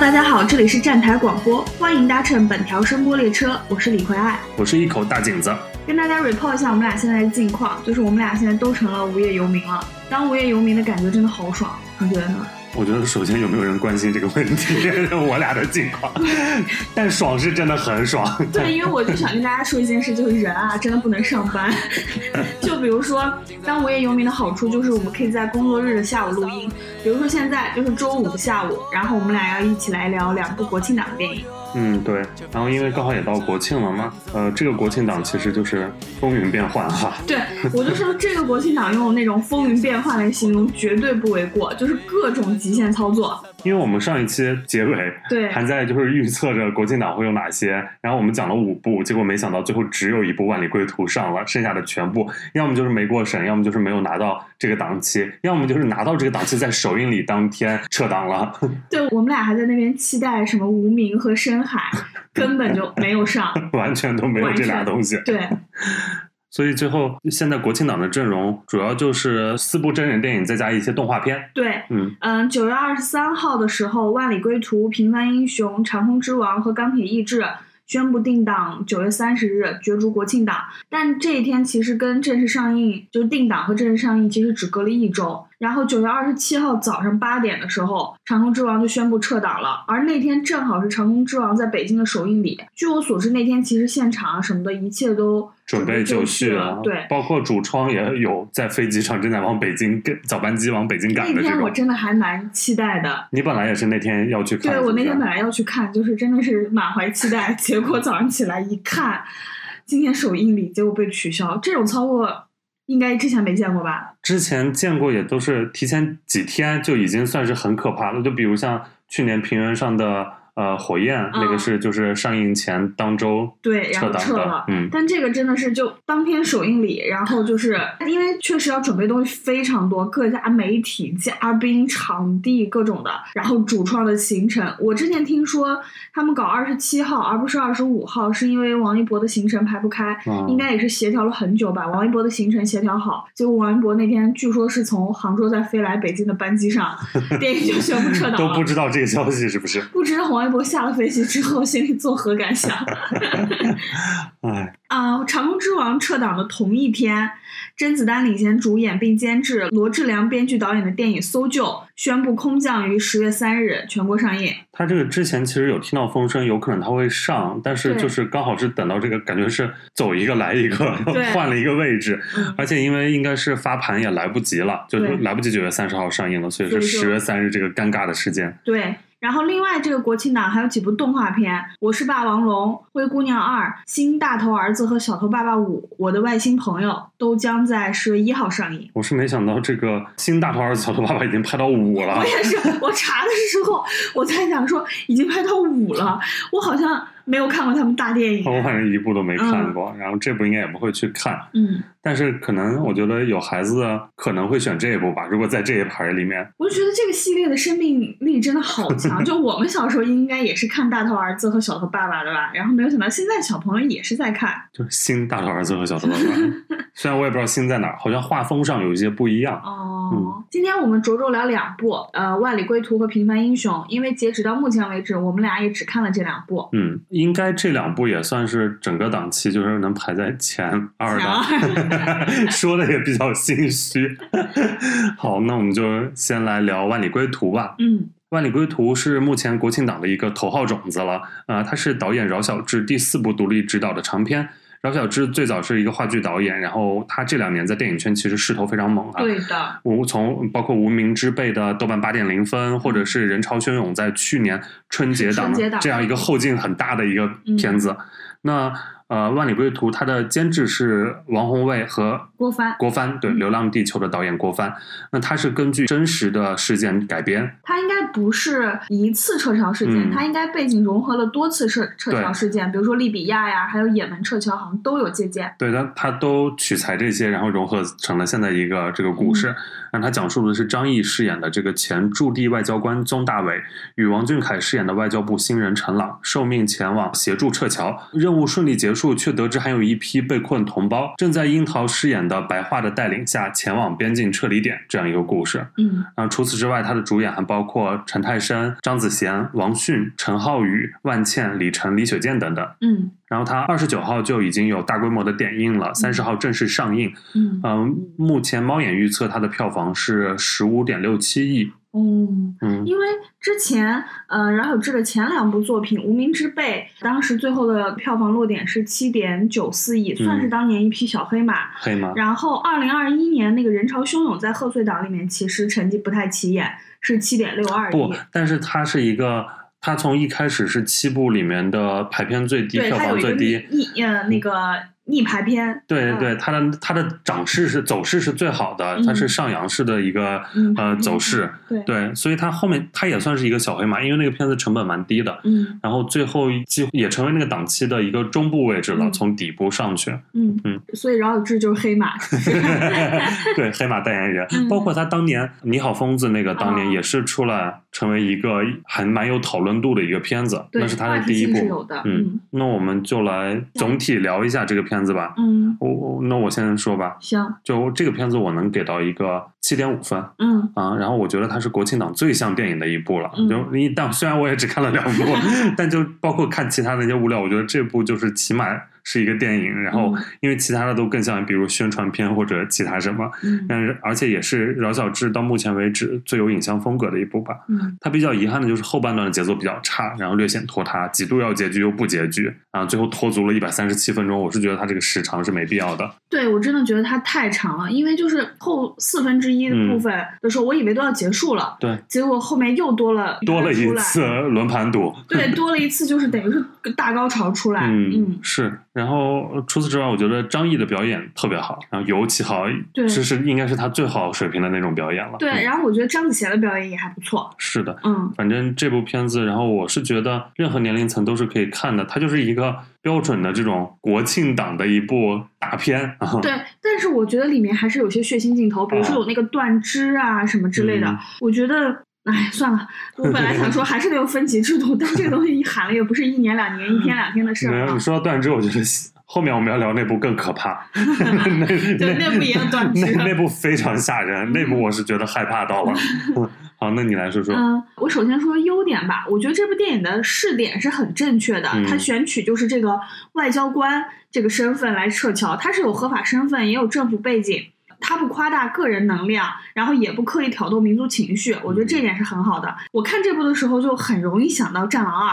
大家好，这里是站台广播，欢迎搭乘本条声波列车，我是李奎爱。我是一口大井子，跟大家 report 一下我们俩现在的近况，就是我们俩现在都成了无业游民了。当无业游民的感觉真的好爽，你觉得呢？我觉得首先有没有人关心这个问题， 我俩的近况， 但爽是真的很爽。 对，因为我就想跟大家说一件事，就是人啊，真的不能上班。 就比如说，当无业游民的好处就是我们可以在工作日的下午录音，比如说现在就是周五的下午，然后我们俩要一起来聊两部国庆档的电影。嗯，对。然后因为刚好也到国庆了嘛，呃，这个国庆档其实就是风云变幻哈。对我就说这个国庆档用那种风云变幻来形容绝对不为过，就是各种极限操作。因为我们上一期结尾对，还在就是预测着国庆档会有哪些，然后我们讲了五部，结果没想到最后只有一部《万里归途》上了，剩下的全部要么就是没过审，要么就是没有拿到这个档期，要么就是拿到这个档期在首映礼当天撤档了。 对我们俩还在那边期待什么无名和深海，根本就没有上。完全都没有这俩东西。对，所以最后现在国庆档的阵容主要就是四部真人电影，再加一些动画片。对，嗯，嗯，九月二十三号的时候，《万里归途》《平凡英雄》《长空之王》和《钢铁意志》宣布定档九月三十日，角逐国庆档。但这一天其实跟正式上映，就是定档和正式上映其实只隔了一周。然后九月二十七号早上八点的时候，《长空之王》就宣布撤档了，而那天正好是《长空之王》在北京的首映礼。据我所知，那天其实现场啊什么的一切都准备备就绪了。对，包括主创也有在飞机上正在往北京跟早班机往北京赶那的这天我种。真的还蛮期待的，你本来也是那天要去看，对我那是天不本是来要去看，就是真的是满怀期待， 结果早上起来一看，今天首映礼，结果被取消。这种操作应该之前没见过吧？之前见过，也都是提前几天就已经算是很可怕了。就比如像去年平原上的呃火焰，嗯那个是就是上映前当周对，然撤后档撤的了，。嗯，但这个真的是就当天首映礼，然后就是因为确实要准备东西非常多，各家媒体、嘉宾、场地各种的，然后主创的行程。我之前听说他们搞二十七号，而不是二十五号，是因为王一博的行程排不开，嗯应该也是协调了很久吧。王一博的行程协调好，结果王一博那天据说是从杭州再飞来北京的班机 上，电影就宣布撤档了。都不知道这个消息是不是？不知道王一博下了飞机之后心里作何感想。哎，啊，《长空之王》撤档的同一天，甄子丹领衔主演并监制、罗志良编剧导演的电影《搜救》宣布空降于十月三日全国上映。他这个之前其实有听到风声，有可能他会上，但是对就是刚好是等到这个，感觉是走一个来一个对，换了一个位置，嗯，而且因为应该是发盘也来不及了，就对是来不及九月三十号上映了，所以所是以就十月三日这个尴尬的时间。对。然后，另外这个国庆档还有几部动画片，《我是霸王龙》《灰姑娘二》《新大头儿子和小头爸爸五》《我的外星朋友》都将在十月一号上映。我是没想到这个新大头儿子小头爸爸已经拍到五了我，也是，我查的时候我在想说已经拍到五了，我好像没有看过他们大电影。我反正一部都没看过，然后这部应该也不会去看，嗯，但是可能我觉得有孩子的可能会选这一部吧。如果在这一盘儿里面，我就觉得这个系列的生命力真的好强。就我们小时候应该也是看《大头儿子和小头爸爸》的吧，然后没有想到现在小朋友也是在看。就是新大头儿子和小头爸爸，虽然我也不知道新在哪儿，好像画风上有一些不一样。哦，嗯今天我们着重聊两部，呃，《万里归途》和《平凡英雄》，因为截止到目前为止，我们俩也只看了这两部。嗯，应该这两部也算是整个档期，就是能排在前二啊的。 说的也比较心虚。 好，那我们就先来聊《万里归途》吧。 嗯， 《万里归途》是目前国庆档的一个头号种子了。呃，它是导演饶晓志第四部独立执导的长片。饶晓志最早是一个话剧导演，然后他这两年在电影圈其实势头非常猛啊。对的，我从包括《无名之辈》的豆瓣八点零分，或者是《人潮汹涌》在去年春节档嗯春节的档嗯这样一个后劲很大的一个片子。那呃，《万里归途》它的监制是王宏卫和郭帆，郭帆，对，《嗯流浪地球》的导演郭帆。那它是根据真实的事件改编，他应该不是一次撤侨事件，嗯他应该背景融合了多次撤撤侨对事件，比如说利比亚呀，还有也门撤侨，好像都有借鉴。对它它都取材这些，然后融合成了现在一个这个故事。那它讲述的是张译饰演的这个前驻地外交官宗大伟与王俊凯饰演的外交部新人陈朗受命前往协助撤侨，任务顺利结束，却得知还有一批被困同胞正在樱桃饰演的白桦的带领下前往边境撤离点这样一个故事。嗯啊，除此之外，它的主演还包括陈泰山、张子贤、王迅、陈浩宇、万茜、李晨、李雪健等等。嗯然后它二十九号就已经有大规模的点映了，三十号正式上映。嗯嗯，目前猫眼预测它的票房是十五点六七亿。嗯，嗯，因为之前呃饶有志的前两部作品《无名之辈》，当时最后的票房落点是七点九四亿，算是嗯当年一匹小黑马。黑吗？然后，二零二一年那个人潮汹涌在贺岁档里面，其实成绩不太起眼，是七点六二不亿。，但是它是一个，它从一开始是七部里面的排片最低，对，票它有房一个最低。逆逆呃那个逆排片，对嗯对，它的它的涨势是走势是最好的，它是嗯上扬式的一个嗯呃走势。对，对，所以它后面它也算是一个小黑马，因为那个片子成本蛮低的，嗯然后最后几乎也成为那个档期的一个中部位置了，嗯从底部上去。嗯嗯，所以饶有志就是黑马， 对，黑马代言人，嗯包括他当年《你好，疯子》那个，当年哦也是出来成为一个还蛮有讨论度的一个片子，对， 那是他话的题第一性是部。有的，嗯嗯，那我们就来总体聊一下这个片子吧。嗯，我我那我先说吧，行，就这个片子我能给到一个七点五分嗯啊，然后我觉得它是国庆档最像电影的一部了。嗯就你但虽然我也只看了两 部，但就包括看其他那些物料，我觉得这部就是起码是一个电影，然后嗯因为其他的都更像比如宣传片或者其他什么。嗯但是而且也是饶小志到目前为止最有影像风格的一部吧。嗯他比较遗憾的就是后半段的节奏比较差，然后略显拖沓，几度要结局又不结局啊，最后拖足了一百三十七分钟。我是觉得他这个时长是没必要的。对我真的觉得它太长了，因为就是后四分之一的部分的时候，我以为都要结束了，嗯对，结果后面又多了多了一出来次轮盘赌。对，多了一次就是等于是大高潮出来，嗯嗯，，是。然后呃除此之外，我觉得张译的表演特别好，然后尤其好，对这是应该是他最好水平的那种表演了。对。嗯然后我觉得张子贤的表演也还不错，是的。嗯反正这部片子，然后我是觉得任何年龄层都是可以看的，它就是一个标准的这种国庆档的一部大片啊。对，但是我觉得里面还是有些血腥镜头，比如说有那个断肢啊什么之类的，哦嗯我觉得。哎，算了，我本来想说还是得有分级制度，但这个东西一喊了也不是一年两年、一天两天的事 没儿有，啊你。说到断肢，我觉得后面我们要聊那部更 可怕，那对那部也有断肢那那部非常吓人，那部我是觉得害怕 到了。嗯好，那你来说说，嗯，我首先说优点吧，我觉得这部电影的视点是很正确的，嗯它选取就是这个外交官这个身份来撤侨，他是有合法身份，也有政府背景。他不夸大个人能量，然后也不刻意挑动民族情绪，我觉得这嗯一点是很好的。我看这部的时候就很容易想到《战狼二》，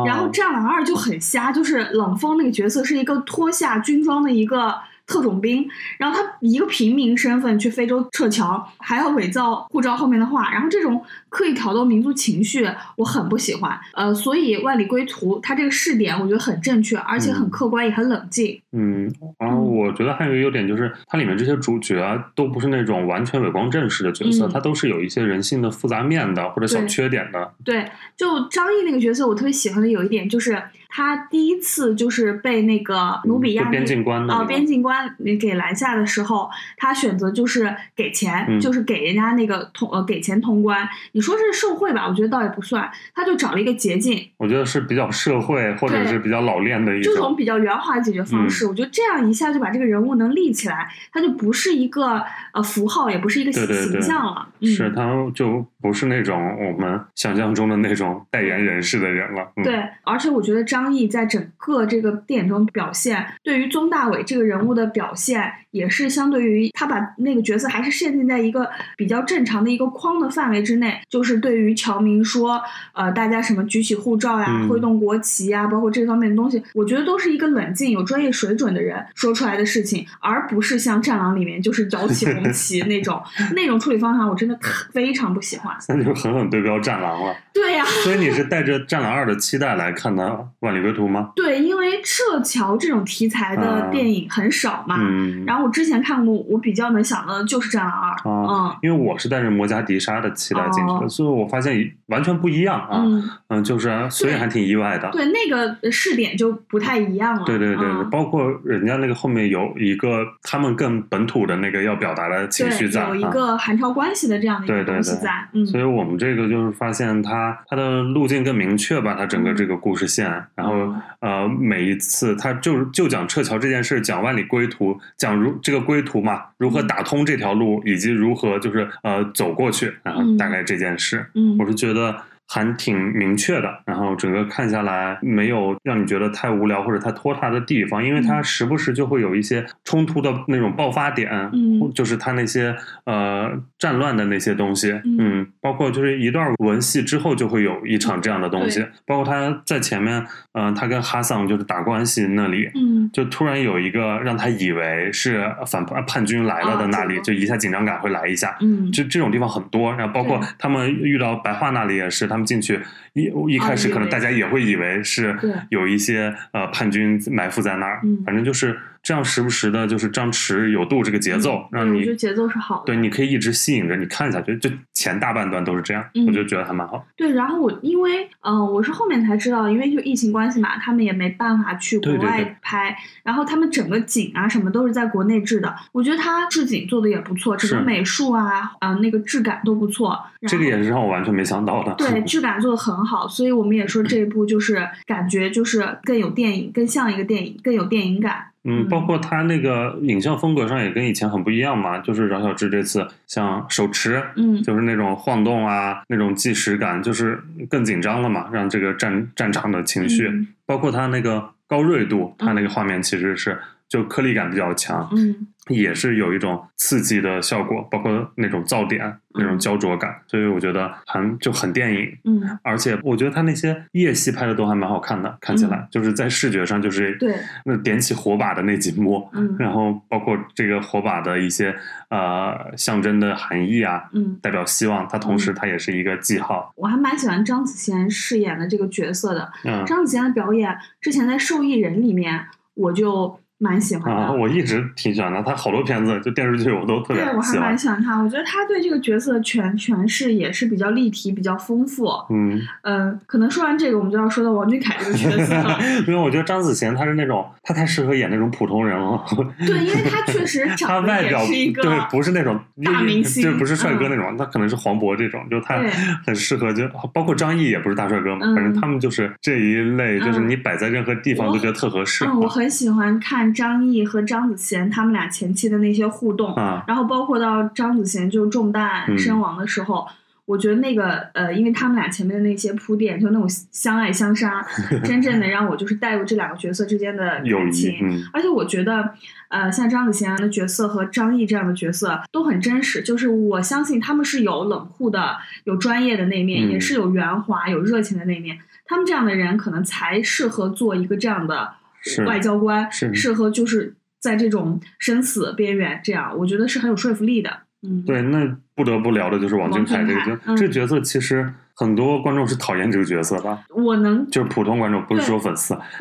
啊然后《战狼二》就很瞎，就是冷锋那个角色是一个脱下军装的一个特种兵，然后他以一个平民身份去非洲撤侨，还要伪造护照后面的话，然后这种刻意挑逗民族情绪，我很不喜欢。呃，所以《万里归途》它这个试点我觉得很正确，而且很客观也很冷静。嗯，然后我觉得还有一个优点就是，它里面这些主角啊都不是那种完全伪光正式的角色，嗯它都是有一些人性的复杂面的或者小对缺点的。对，就张译那个角色，我特别喜欢的有一点就是他第一次就是被那个努比亚嗯就那边个境官的啊、那个边境官给拦下的时候，他选择就是给钱，嗯就是给人家那个通呃给钱通关。你说是受贿吧？我觉得倒也不算，他就找了一个捷径，我觉得是比较社会或者对是比较老练的一这种种。比较圆滑的解决嗯方式，我觉得这样一下就把这个人物能立起来，他就不是一个呃符号，也不是一个对对对形象了。是，嗯他就不是那种我们想象中的那种代言人式的人了。嗯、对，而且我觉得张译在整个这个电影中表现，对于宗大伟这个人物的表现，也是相对于他把那个角色还是限定在一个比较正常的一个框的范围之内，就是对于侨民说，呃，大家什么举起护照呀、嗯挥动国旗呀，包括这方面的东西，我觉得都是一个冷静、有专业水准的人说出来的事情，而不是像《战狼》里面就是摇 起红旗那种那种处理方法，我真的特非常不喜欢。那就是狠狠对标《战狼》了。对呀、所以你是带着《战狼二》的期待来看的《万里归途》吗？对，因为撤侨这种题材啊的电影很少嘛。嗯，啊然后我之前看过，我比较能想到的就是《战狼二》。嗯啊因为我是带着《摩加迪沙》的期待进去的，哦所以我发现完全不一样啊。嗯嗯，就是所以还挺意外的。嗯，对，那个试点就不太一样了。对对对对嗯包括人家那个后面有一个他们更本土的那个要表达的情绪在对，有一啊。个韩朝关系的这样的一对个对东西对在。嗯所以我们这个就是发现它它它的路径更明确吧，它整嗯个这个故事线，然后呃每一次它就是就讲撤侨这件事，讲万里归途，讲如这个归途嘛，如嗯何打通这条路，以及如何就是呃走过去，然后嗯大概这件事，嗯我是觉得。还挺明确的，然后整个看下来没有让你觉得太无聊或者太拖沓的地方，因为它嗯时不时就会有一些冲突的那种爆发点，嗯就是它那些呃战乱的那些东西，嗯包括就是一段文戏之后就会有一场这样的东西对，包括他在前面，嗯、他跟哈桑就是打关系那里，嗯就突然有一个让他以为是反叛叛军来了的啊那这里，个就一下紧张感会来一下。嗯，就这种地方很多，然后包括对他们遇到白话那里也是，他们进去一一啊开始以可能为大家也会以为是对有一些呃叛军埋伏在那儿，嗯反正就是这样时不时的，就是张弛有度这个节奏，嗯让对我觉得你节奏是好的。对你可以一直吸引着你看下去，就前大半段都是这样，嗯我就觉得还蛮好。对，然后我因为嗯、呃我是后面才知道，因为就疫情关系嘛，他们也没办法去国对对外对拍，然后他们整个景啊什么都是在国内制的，我觉得他置景做的也不错，整个是美术啊啊、那个质感都不错。然这个后也是让我完全没想到的。对，质感做的很好，所以我们也说这一部就是感觉就是更有电影，更像一个电影，更有电影感。嗯嗯，包括他那个影像风格上也跟以前很不一样嘛，就是饶小志这次像手持，嗯就是那种晃动啊，那种即时感，就是更紧张了嘛，让这个战战场的情绪，嗯包括他那个高锐度，他那嗯个画面其实是就颗粒感比较强，嗯也是有一种刺激的效果，包括那种噪点、那种焦灼感，所以我觉得很就很电影。嗯，而且我觉得他那些夜戏拍的都还蛮好看的，看起来、就是在视觉上就是嗯对，那点起火把的那几幕，嗯然后包括这个火把的一些呃象征的含义啊，嗯。代表希望，它同时它也是一个记号。我还蛮喜欢张子贤饰演的这个角色的，嗯张子贤的表演，之前在《受益人》里面我就蛮喜欢啊，的。我一直挺喜欢他，他好多片子就电视剧我都特别对，我还喜欢蛮。喜欢他，我觉得他对这个角色的诠诠释也是比较立体、比较丰富。嗯，嗯，可能说完这个，我们就要说到王俊凯这个角色 了。没有，我觉得张子贤他是那种，他太适合演那种普通人了。对，因为他确实他长外得表也是一个对，不是那种大明星对，不是帅哥嗯那种，他可能是黄渤这种，就他对很适合，就包括张译也不是大帅哥嘛，嗯反正他们就是这一类，就是嗯你摆在任何地方我都觉得特合适。嗯，我很喜欢看张译和张子贤他们俩前期的那些互动，啊，然后包括到张子贤就中弹嗯身亡的时候，我觉得那个呃，因为他们俩前面的那些铺垫，就那种相爱相 杀，真正的让我就是带入这两个角色之间的友感谊，情。嗯，而且我觉得，呃，像张子贤的角色和张译这样的角色都很真实，就是我相信他们是有冷酷的、有专业的那一面，嗯也是有圆滑、有热情的那一面。他们这样的人可能才适合做一个这样的是外交官，是适合就是在这种生死边缘这样，我觉得是很有说服力的。嗯，对，那不得不聊的就是王俊凯这个王俊角，凯嗯这个角色其实很多观众是讨厌这个角色的，我能就是普通观众，不是说粉丝。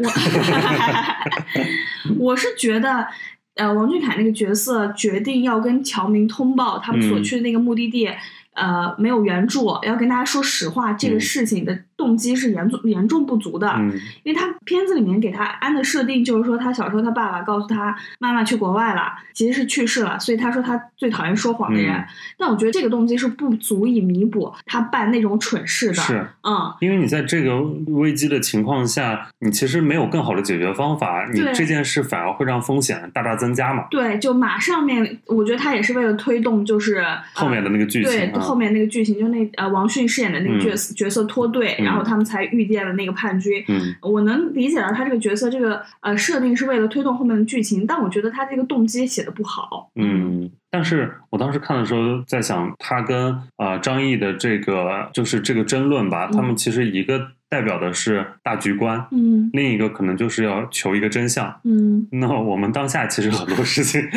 我我是觉得，呃，王俊凯那个角色决定要跟侨民通报他们所嗯去的那个目的地，呃，没有援助，要跟大家说实话，这个嗯事情的动机是严重严重不足的。嗯因为他片子里面给他安的设定就是说，他小时候他爸爸告诉他妈妈去国外了，其实是去世了，所以他说他最讨厌说谎的人。嗯但我觉得这个动机是不足以弥补他办那种蠢事的。是嗯，因为你在这个危机的情况下，你其实没有更好的解决方法，你对这件事反而会让风险大大增加嘛。对，就马上面，我觉得他也是为了推动，就是呃后面的那个剧情对啊后面那个剧情，就那呃王迅饰演的那个嗯角色、角色脱队，嗯然后他们才遇见了那个叛军。嗯，我能理解到他这个角色这个呃设定是为了推动后面的剧情，但我觉得他这个动机写的不好。嗯，但是我当时看的时候在想，他跟呃张译的这个就是这个争论吧，嗯他们其实一个代表的是大局观，嗯另一个可能就是要求一个真相。嗯，那我们当下其实很多事情，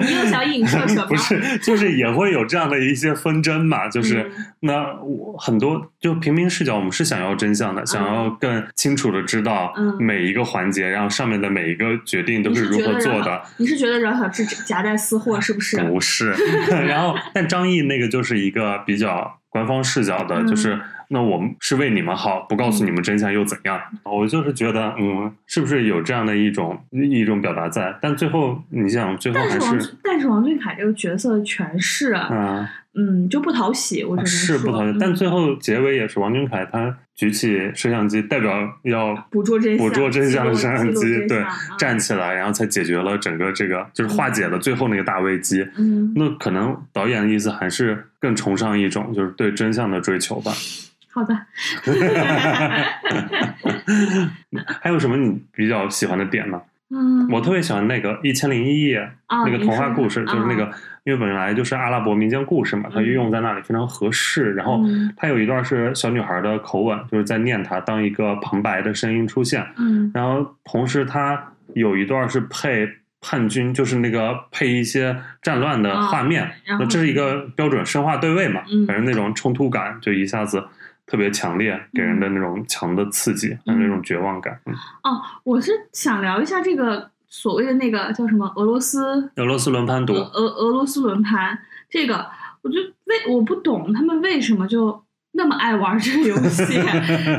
你又想 影射什么不是，就是也会有这样的一些纷争嘛，就是、嗯那我很多就平民视角，我们是想要真相的，想要更清楚的知道嗯每一个环节，然后上面的每一个决定都你是是如觉得何做饶的小。你是觉得饶小志夹带私货是不是？不是，然后但张译那个就是一个比较官方视角的，嗯就是那我们是为你们好，不告诉你们真相又怎样？我就是觉得，嗯，是不是有这样的一种一种表达在？但最后你想，最后但还是王是但是王俊凯这个角色的诠释，嗯嗯，就不讨喜，我只能是说嗯不讨厌，但最后结尾也是王俊凯他举起摄像机，代表要捕捉真捕捉真相的记录摄像记录机，真对相啊，站起来，然后才解决了整个这个，就是化解了最后那个大危机。嗯，那可能导演的意思还是更崇尚一种就是对真相的追求吧。好的， 还有什么你比较喜欢的点呢？嗯，我特别喜欢那个《一千零一夜》啊那个您童话说故事，的就是那啊个、因为本来就是阿拉伯民间故事嘛，它嗯运用在那里非常合适。然后嗯它有一段是小女孩的口吻，就是在念它，当一个旁白的声音出现。嗯然后同时它有一段是配叛军，就是那个配一些战乱的画面。哦然那后这是一个标准生化对位嘛，嗯反正那种冲突感就一下子特别强烈，给嗯人的那种强的刺激，还有那种绝望感。嗯哦，我是想聊一下这个所谓的那个叫什么俄罗斯俄罗斯轮盘俄毒，俄俄罗斯轮盘，这个我就为我不懂他们为什么就那么爱玩这个游 戏，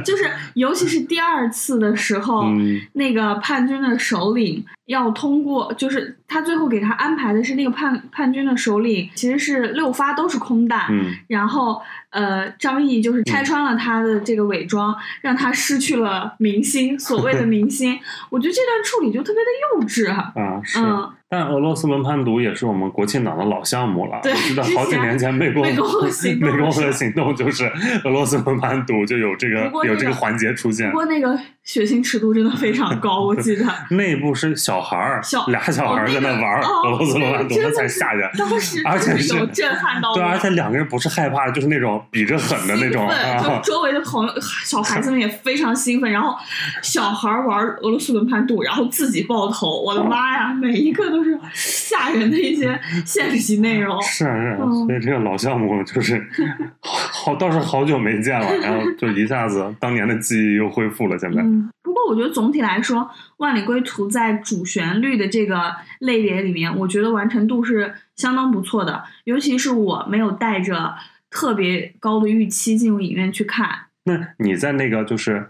就是尤其是第二次的时候。嗯，那个叛军的首领要通过，就是他最后给他安排的是那个叛叛军的首领其实是六发都是空弹，嗯，然后呃张译就是拆穿了他的这个伪装，让他失去了明星，所谓的明星，我觉得这段处理就特别的幼稚哈、啊是。嗯，但俄罗斯轮盘毒也是我们国庆党的老项目了。对我记得好几年前湄公湄 公河行动湄公是河吧行动就是俄罗斯轮盘毒就有这个不过有那这个个环节出现不。过那个血腥尺度真的非常高，我 记得。内部是小孩儿小，俩小孩儿在那玩儿哦俄罗斯轮那盘个毒，真那的才是哦吓人。当时而且真是的有震撼到我，对，啊而且两个人不是害怕的，就是那种比着狠的那种兴奋，啊就。周围的朋友、 小孩子们也非常兴奋。然后小孩玩俄罗斯轮盘赌，然后自己爆头，我的妈呀，每一个都是吓人的一些现实级内容。是啊是啊，嗯所以这个老项目就是 好，倒是好久没见了，然后就一下子当年的记忆又恢复了。现在，嗯，不过我觉得总体来说，《万里归途》在主旋律的这个类别里面，我觉得完成度是相当不错的，尤其是我没有带着特别高的预期进入影院去看，那你在那个就是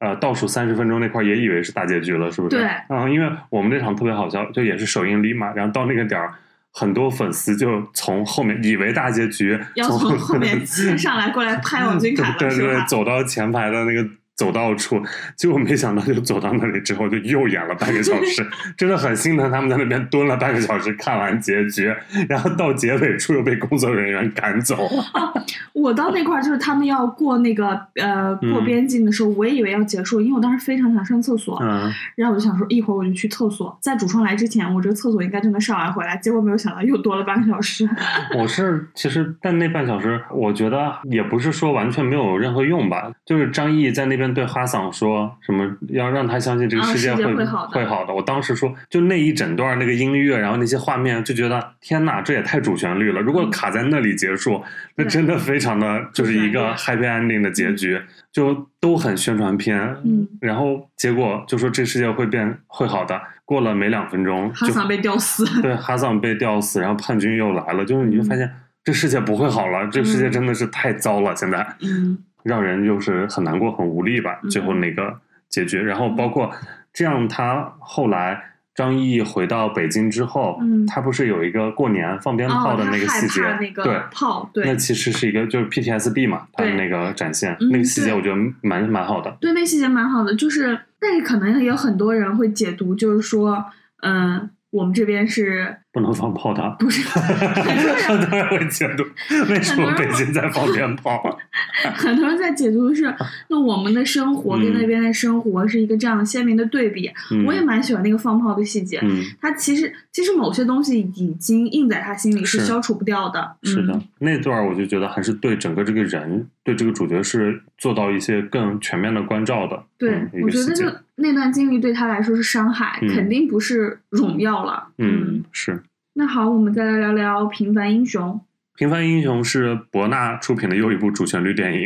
呃倒数三十分钟那块儿也以为是大结局了，是不是？对嗯，因为我们那场特别好笑，就也是首映礼嘛，然后到那个点儿。很多粉丝就从后面以为大结局，要从后 面 先上来过来拍王俊凯了，嗯对对是对，吧？走到前排的那个走道处，结果没想到就走到那里之后就又演了半个小 时，真的很心疼他们在那边蹲了半个小时看完结局，然后到结尾处又被工作人员赶走。我到那块儿就是他们要过那个呃嗯过边境的时候，我也以为要结束，因为我当时非常想上厕所，嗯，然后我就想说一会儿我就去厕所，在主创来之前，我这个厕所应该就能上完回来，结果没有想到又多了半个小时。我是其实，但那半小时我觉得也不是说完全没有任何用吧，就是张译在那边对哈桑说什么要让他相信这个啊世界世界会、会好的我当时说，就那一整段那个音乐，然后那些画面，就觉得天呐，这也太主旋律了。如果卡在那里结束，嗯那对真的非常的就是一个主 happy ending 的结局，就都很宣传片。嗯，然后结果就说这世界会变会好的，过了没两分钟，哈就桑被吊死。对，哈桑被吊死，然后叛军又来了，就是你就嗯发现、这世界不会好了，这世界真的是太糟了，现在 嗯让人就是很难过、很无力吧。嗯最后那个结局，然后包括这样，他后来张译回到北京之后，嗯他不是有一个过年放鞭哦炮，的他那个细害节，怕那对个。炮，那对其实是一个就是 PTSD 嘛，他的对那个展现、嗯那个细节，对我觉得蛮蛮好的。对，那细节蛮好的，就是但是可能也有很多人会解读，就是说，嗯、我们这边是不能放炮的，不是 很多人会解读为什么很多人北会京在放鞭炮。啊很多人在解读的是，那我们的生活跟嗯那边的生活是一个这样鲜明的对比。嗯我也蛮喜欢那个放炮的细节，嗯，它其实其实某些东西已经印在他心里，是是消除不掉的。是的嗯，，那段儿我就觉得还是对整个这个人，对这个主角是做到一些更全面的关照的。对嗯、一，我个觉细得节就那段经历对他来说是伤害，嗯肯定不是荣耀了。嗯，是。那好，我们再来聊聊《平凡英雄《平凡英雄》是博纳出品的又一部主旋律电影，》。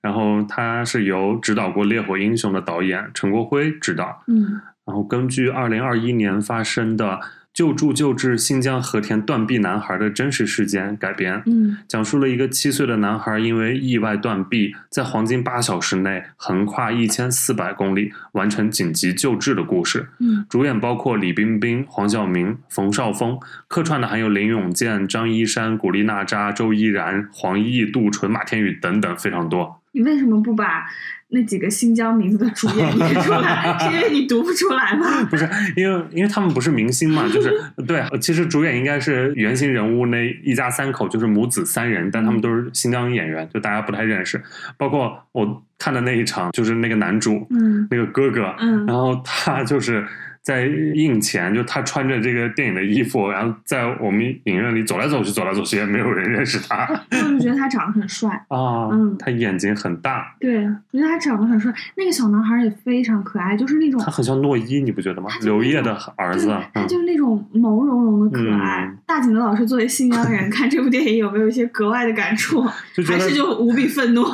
然后它是由指导过《烈火英雄》的导演陈国辉执导，嗯然后根据二零二一年发生的救助救治新疆和田断臂男孩的真实事件改编，嗯讲述了一个七岁的男孩因为意外断臂，在黄金八小时内横跨一千四百公里完成紧急救治的故事。嗯主演包括李冰冰、黄晓明、冯绍峰，客串的还有林永健、张一山、古力娜扎、周依然、黄奕、杜淳、马天宇等等，非常多。你为什么不把那几个新疆名字的主演念出来？ 是因为你读不出来吗？ 不是因为因为他们不是明星嘛，就是对，呃其实主演应该是原型人物那一家三口，就是母子三人，但他们都是新疆演员，就大家不太认识。包括我看的那一场，就是那个男主嗯那个哥哥， 嗯然后他就是。在映前，就他穿着这个电影的衣服，然后在我们影院里走来走去，走来走去，也没有人认识他因为我觉得他长得很帅，啊。嗯他眼睛很大，对我觉得他长得很帅。那个小男孩也非常可爱，就是那种他很像诺一，你不觉得吗他？就刘烨那的种儿子对，他嗯就是那种毛茸茸的可爱。嗯大井的老师作为新疆 人，看这部电影有没有一些格外的感触？就觉还得是就无比愤 怒？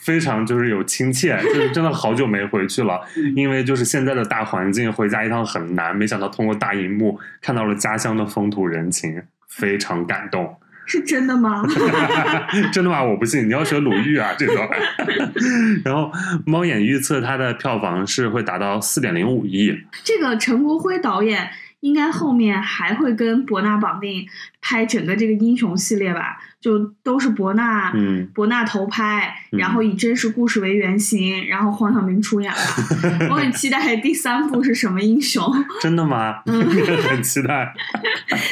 非常就是有亲切，就是真的好久没回去了，因为就是现在的大环境，回家一趟很难。没想到通过大荧幕看到了家乡的风土人情，非常感动。 是真的吗？ 真的吗？我不信，你要学鲁豫啊这种。 然后猫眼预测它的票房是会达到四点零五亿，这个陈国辉导演应该后面还会跟博纳绑定拍整个这个英雄系列吧？就都是博纳。嗯，博纳投拍，嗯然后以真实故事为原型，然后黄晓明出演 了。我很期待第三部是什么英雄，真的吗？ 很期待。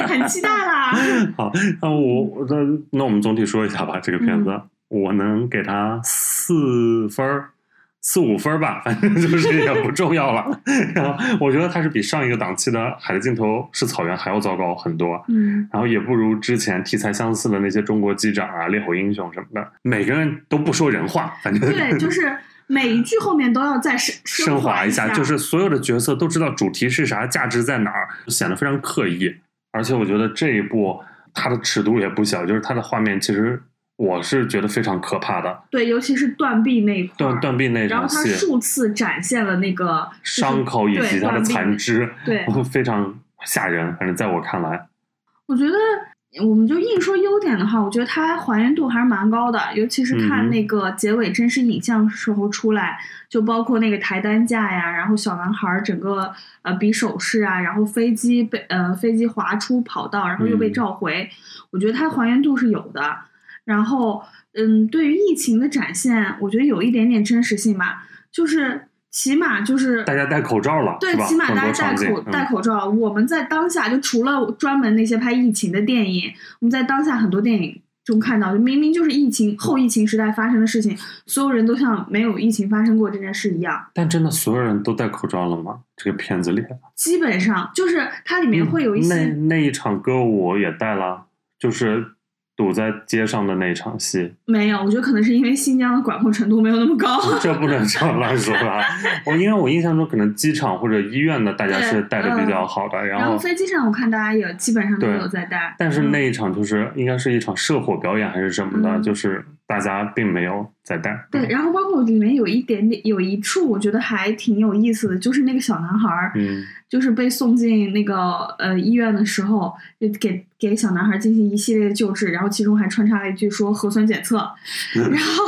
很期待 啦。好，那我我那那我们总体说一下吧，这个片子，我能给它四分儿。四五分儿吧，反正就是也不重要了。 然后我觉得它是比上一个档期的《海的尽头是草原》还要糟糕很多，嗯，然后也不如之前题材相似的那些《中国机长》啊、《猎狗英雄》什么的，每个人都不说人话，反 正对，就是每一句后面都要再升升华一一下，就是所有的角色都知道主题是啥，价值在哪儿，显得非常刻意。而且我觉得这一部它的尺度也不小，就是它的画面其实我是觉得非常可怕的，对，尤其是断臂那一块儿断断臂那啊然后场他戏，数次展现了那个就是伤口以及对它的断臂残肢，对，非常吓人。反正在我看来，我觉得我们就硬说优点的话，我觉得它还原度还是蛮高的，尤其是嗯看哼那个结尾真实影像时候出来，就包括那个抬担架呀，然后小男孩儿整个呃比手势啊，然后飞机被呃飞机滑出跑道，然后又被嗯召回，我觉得它还原度是有的。然后，嗯，对于疫情的展现，我觉得有一点点真实性吧，就是起码就是大家戴口罩了，对是，吧？起码很大多家场戴景嗯口，戴口罩。我们在当下就除了专门那些拍疫情的电影，我们在当下很多电影中看到，就明明就是疫情后疫情时代发生的事情，所有人都像没有疫情发生过这件事一样。嗯。但真的所有人都戴口罩了吗？这个片子里，基本上就是它里面会有一些，嗯那那一场歌舞也戴了，就是堵在街上的那一场戏。没有，我觉得可能是因为新疆的管控程度没有那么高。 这不能这样乱说 吧？我因为我印象中，可能机场或者医院的大家是戴的比较好的，嗯然然后后，飞机上我看大家也基本上都对有在戴，但是那嗯一场就是应该是一场社火表演还是什么的，嗯就是大家并没有在戴。对，，然后包括里面有一点点有一处我觉得还挺有意思的，就是那个小男孩儿，嗯，就是被送进那个呃医院的时候，就给给小男孩进行一系列的救治，然后其中还穿插了一句说核酸检测， 然后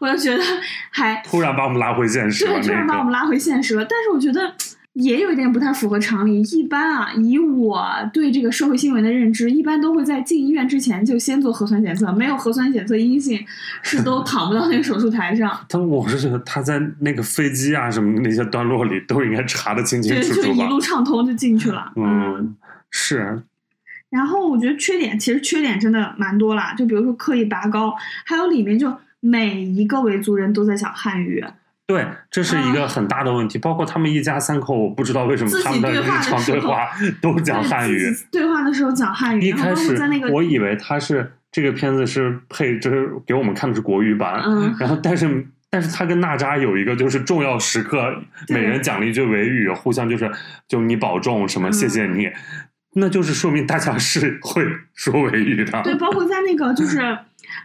我就觉得还突然把我们拉回现实了对，，突然把我那们个。拉回现实了。但是我觉得也有一点不太符合常理。一般啊，以我对这个社会新闻的认知，一般都会在进医院之前就先做核酸检测，没有核酸检测阴性是都 躺不到那个手术台上。但我是觉得他在那个飞机啊什么那些段落里都应该查的清清对，楚就是楚一吧？路畅通就进去了。嗯，是，然后我觉得缺点其实缺点真的蛮多啦，就比如说刻意拔高，还有里面就每一个维族人都在讲汉语，对，这是一个啊很大的问题。包括他们一家三口，我不知道为什么自己他们的对日话的常时对候话 都讲汉语。对自己对话的时候讲汉语， 一然后开包括始在那个我以为他是这个片子是配，就是给我们看的是国语版，嗯， 然后但是但是他跟娜扎有一个就是重要时刻，对每人讲了一句维语，互相就是就你保重什么，谢谢嗯你，那就是说明大家是会说维语的。对，包括在那个就是，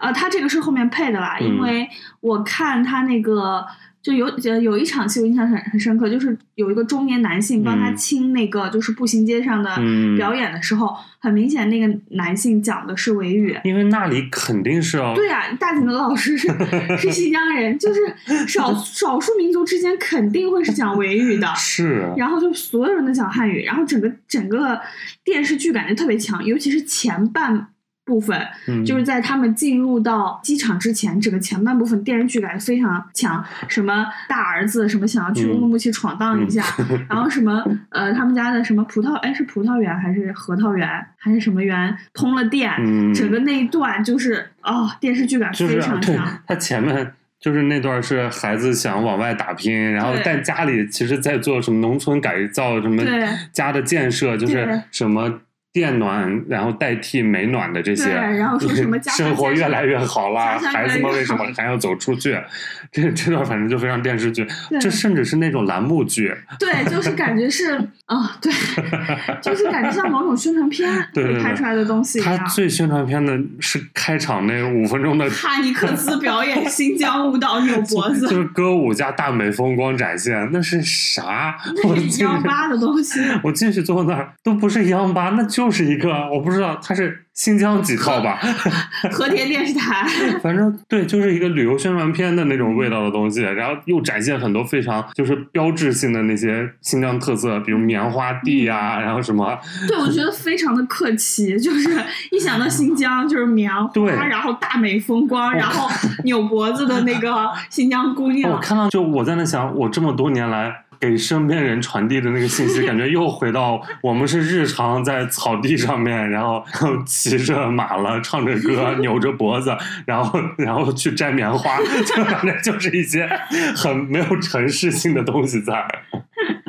呃，他这个是后面配的啦，嗯嗯因为我看他那个。就有呃有一场戏我印象很很深刻，就是有一个中年男性帮他嗯清那个就是步行街上的嗯表演的时候，很明显那个男性讲的是维语。因为那里肯定是要对啊，大体的老师 是是新疆人，就是少少数民族之间肯定会是讲维语的， 是然后就所有人都讲汉语，然后整个整个电视剧感觉特别强，尤其是前半部分，嗯就是在他们进入到机场之前，整个前半部分电视剧感觉非常 强，什么大儿子什么想要去嗯乌鲁木齐闯荡 一下，然后什么呃他们家的什么葡萄哎是葡萄园还是核桃园还是什么园通了电，嗯，整个那一段就是哦电视剧感就非是啊常对强。他前面就是那段是孩子想往外打拼，然后对但家里其实在做什么农村改造，什么对家的建设，就对是什么。电暖，然后代替煤暖的这些，对然后说什么家乡 生活建设越来越好啦，家乡孩越子来们越为什好么还要走出去？这这段反正就非常电视剧，对这甚至是那种栏目剧，对，就是感觉是啊、 对，就是感觉像某种宣传片对对会对拍出来的东西一它样。最宣传片的是开场那五分钟的哈尼克斯表演 新疆舞蹈扭脖就子，是歌舞加大美风光展现，那是啥？我那是进幺去，八的东西。我进去坐那儿都不是央八，那就是一个我不知道它是新疆几套吧，和田电视台， 反正对，就是一个旅游宣传片的那种味道的东西，然后又展现很多非常就是标志性的那些新疆特色，比如棉花地呀、然后什么对我觉得非常的客气，就是一想到新疆就是棉对哦花，然后大美风光，然后扭脖子的那个新疆姑我娘，哦看到就我在那想，我这么多年来给身边人传递的那个信息，感觉又回 到我们是日常在草地上面，然后然后骑着马了，唱着歌，扭着脖子，然后然后去摘棉花， 就反正就是一些很没有城市性的东西在。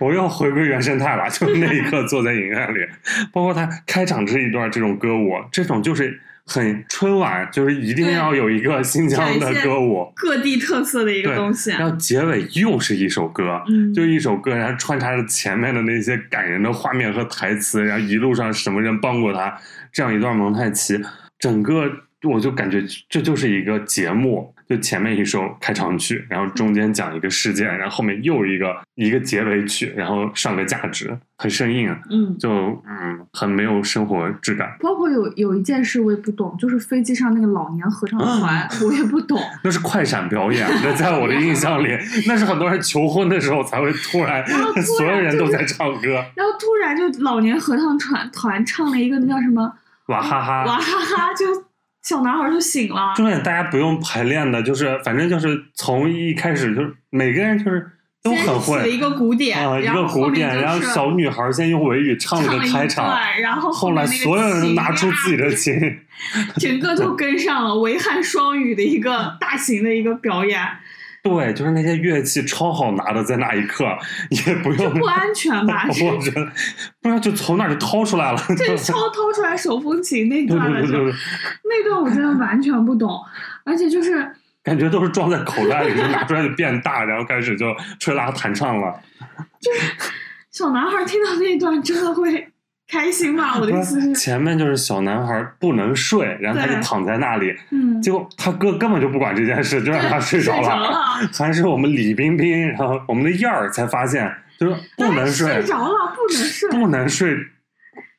我又回归原生态了，就那一刻坐在影院里，包括他开场这一段这种歌舞，这种就是很春晚，就是一定对要有一个新疆的展现歌舞，各地特色的一个对东西。啊然后结尾又是一首歌，嗯，就一首歌，然后穿插着前面的那些感人的画面和台词，然后一路上什么人帮过他，这样一段蒙太奇，整个我就感觉这就是一个节目。就前面一首开场曲，然后中间讲一个事件，然后后面又一个一个结尾曲，然后上个价值，很生硬，啊嗯，就嗯，很没有生活质感。包括有有一件事我也不懂，就是飞机上那个老年合唱嗯团，我也不懂。那是快闪表演，那在我的印象里，那是很多人求婚的时候才会突然然后突，然所有哦人啊就都是在唱歌。然后突然就老年合唱团团唱了一个那叫什么哇哈哇哈。哈哈，就小男孩就醒了。重点大家不用排练的，就是反正就是从一开始就是每个人就是都先很起了一会个鼓点，啊、一然后个后古典，面然后就是小女孩先用维语唱了唱个了一开场，段，然后后面来那个所有人都琴啊拿出自己的呀，琴，整个都跟上了维汉双语的一个嗯大型的一个表 演，对，就是那些乐器超好拿的，在那一刻也不这用，不安全吧？这 我觉得不知道就从哪儿就掏出来了，这对超掏出来手风琴那对段对了，对就对，那段我真的完全不懂，而且就是感觉都是装在口袋里，就拿出来就变大，然后开始就吹拉弹唱了。小男孩听到那段真的会开心 吧？我的意思是，前面就是小男孩不能睡，然后他就对躺在那里，嗯，结果他哥根本就不管这件事，就让他睡 着着了。了，还是我们李冰冰，然后我们的燕儿才发现，就是 不 能睡睡，着了，不能睡， 不能睡。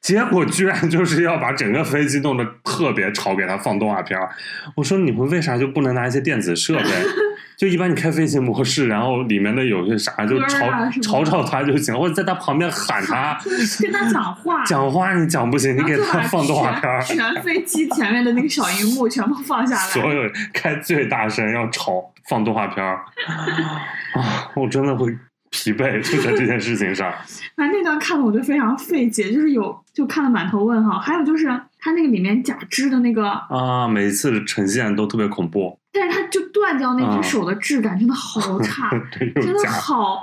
结果居然就是要把整个飞机弄得特别吵，给他放动画片儿。我说你们为啥就不能拿一些电子设备？就一般你开飞行模式，然后里面的有些啥就歌吵、儿啊什么的吵吵他就行，或者在他旁边 喊他就是跟他讲话，讲话，你讲不行，你然后给就他把放动画片儿。全全飞机前面的那个小荧幕全部放下所来。有人开最大声要吵放动画片儿啊！我真的会疲惫，就在这件事 情上。反正那段看的我就非常费解，就是有就看了满头问号。还有就是他那个里面假肢的那个，啊，每一次的呈现都特别恐怖， 但是他就断掉那啊只手的质感真的好差，这真 又的假。好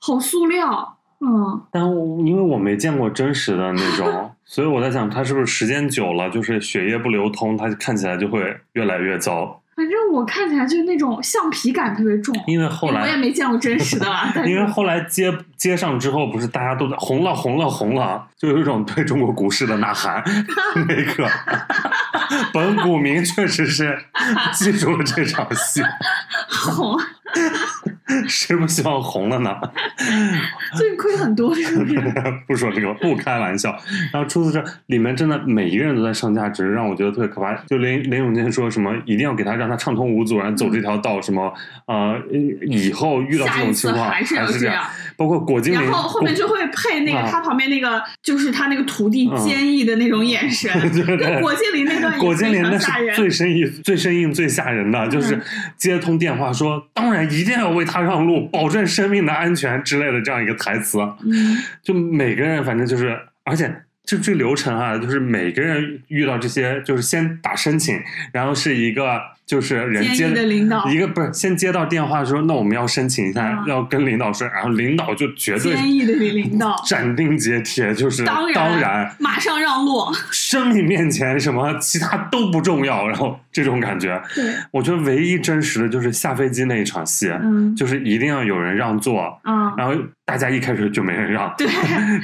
好塑料。嗯，但我因为我没见过真实的那 种，所以我在想，它是不是时间久了，就是血液不流通，它看起来就会越来越糟。反正我看起来就是那种橡皮感特别重。因为后哎我也来，没见过真实的啦，但 因为是后来接接上之后，不是大家都在红了，红了，红了，就有一种对中国股市的呐 喊。那一刻，本股民确实是记住了这场戏。红，谁不希望红了呢？最亏很多是不是？ 不说这个，不开玩笑。然后除此之外，里面真的每一个人都在上价值，让我觉得特别可怕。就连连永健说什么，一定要给他让他畅通无阻，然后嗯走这条道，什么呃，以后遇到这下种一情次况还是要这这样样。包括果 精灵，然后后面就会配那啊个他旁边那个，就是他那个徒弟嗯坚毅的那种眼神，对对对跟果健林那段果也精非灵那常吓是人。最生硬、最生硬、最吓人的，就是嗯接通电话说，当然一定要为他让路，保证生命的安全之类的这样一个台词。嗯就每个人反正就是，而且这这流程啊，就是每个人遇到这些，就是先打申请，然后是一个就是人接监狱的领导一个不是先接到电话说，那我们要申请一下，嗯要跟领导说，然后领导就绝对坚毅的领领 导，斩钉截铁，就是当然当然马上让 路。生命面前什么其他都不重要，然后这种感觉，对，我觉得唯一真实的就是下飞机那一场戏，嗯就是一定要有人让座，嗯，然后大家一开始就没人让， 对，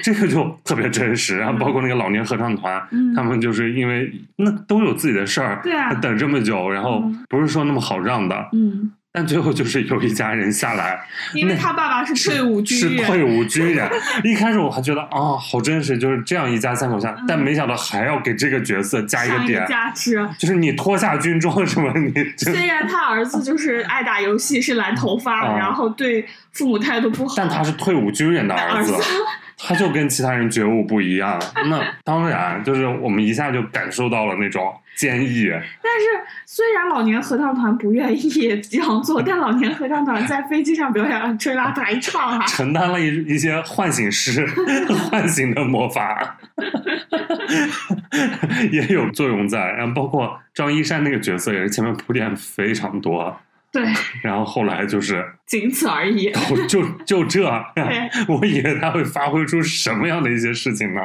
这个就特别真实。然后包括那个老年合唱团，嗯他们就是因为那都有自己的事儿，对啊等这么久，然后嗯不是说那么好让的，嗯，但最后就是有一家人下来因为他爸爸是退伍是军人，退伍军人。一开始我还觉得啊、好真实，就是这样一家三口下，嗯但没想到还要给这个角色加一个上一点个，价值。就是你脱下军装什么，你 就虽然他儿子就是爱打游戏，是蓝头发，啊然后对父母态度不好，但他是退伍军人的儿子儿，他就跟其他人觉悟不一样。那当然，就是我们一下就感受到了那种坚毅。但是虽然老年合唱团不愿意这样做，但老年合唱团在飞机上表演吹拉弹唱 啊，承担了一一些唤醒师、 唤醒的魔法， 也有作用在。然后包括张一山那个角色也是前面铺垫非常多，对，然后后来就是 仅此而已。我就就这，对我以为他会发挥出什么样的一些事情呢？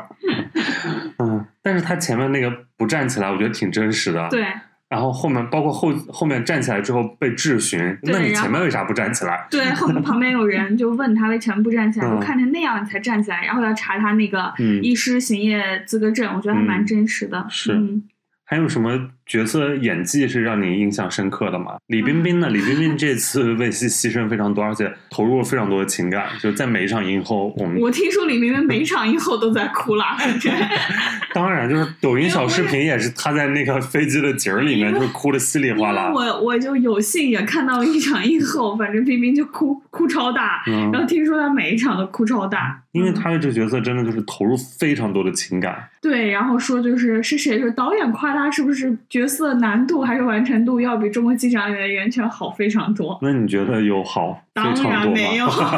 嗯，但是他前面那个不站起来，我觉得挺真实的。对然后后面包括后后面站起来之后被质询，对那你然后前面为啥不站起来？对，后面旁边有人就问他为什么不站起来，嗯就看成那样你才站起来，然后要查他那个嗯医师行业资格证，我觉得还蛮真实的。是嗯还有什么角色演技是让你印象深刻的吗？李冰冰呢？李冰冰这次 为戏牺牲非常多，而且投入了非常多的情感。就在每一场映后，我们我听说李明明每场映后都在哭啦，对当然就是抖音小视频也是她在那个 飞机的景儿里面，就是哭的稀里因哗为啦。我我就有幸也看到了一场映后，反正冰冰就哭哭超大，嗯然，后听说她每一场都哭超大，因为嗯她对这个角色真的就是投入非常多的情感。对，然后说就是是谁说导演夸他是不是角色难度还是完成度要比《中国机长与源泉》好非常多？那你觉得有好非当常然多 没有 吗？，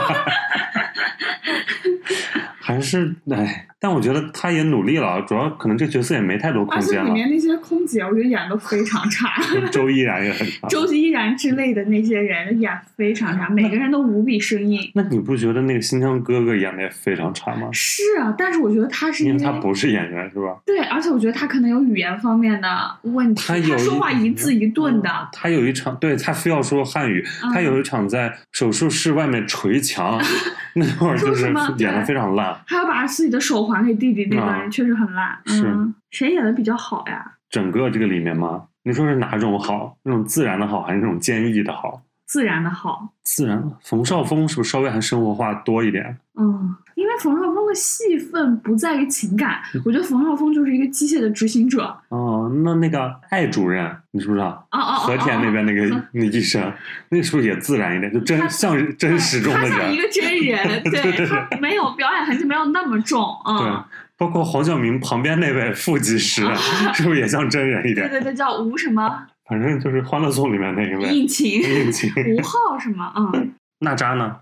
还是哎，但我觉得她也努力了，主要可能这角色也没太多空而且间里了。嗯面那些空姐，我觉得演的非常差，周依然也很差。 周依然之类的那些人演得非常差，每个人都无比生硬。那你不觉得那个新疆哥哥演的也非常差吗？是啊，但是我觉得他是因因为为他不是演员是吧？对，而且我觉得他可能有语言方面的问题，他他有说话一字一顿的。他有一场，对他非要说汉语，嗯他有一场在手术室外面捶墙， 那会儿就说是什么演的对非常烂。还要把自己的手还给弟弟，那段啊人确实很烂。是嗯，谁演的比较好呀？整个这个里面嘛，你说是哪种好？那种自然的好，还是那种坚毅的好？自然的好，自然，冯绍峰是不是稍微还生活化多一点？嗯，因为冯绍峰的戏份不在于情感，嗯我觉得冯绍峰就是一个机械的执行者。哦，那那个艾主任，你知不知道？啊啊啊！和田那边那个那医生，那是不是也自然一点？就真他像是 真实中的他像人一，个真 人，对他没有表演痕迹，没有那么重对啊。，包括黄晓明旁边那位副技师， 是不是也像真人一对点？对对，叫吴什么反正就是《欢乐颂》里面 那一位应勤，应勤。吴昊什么啊？嗯娜扎呢？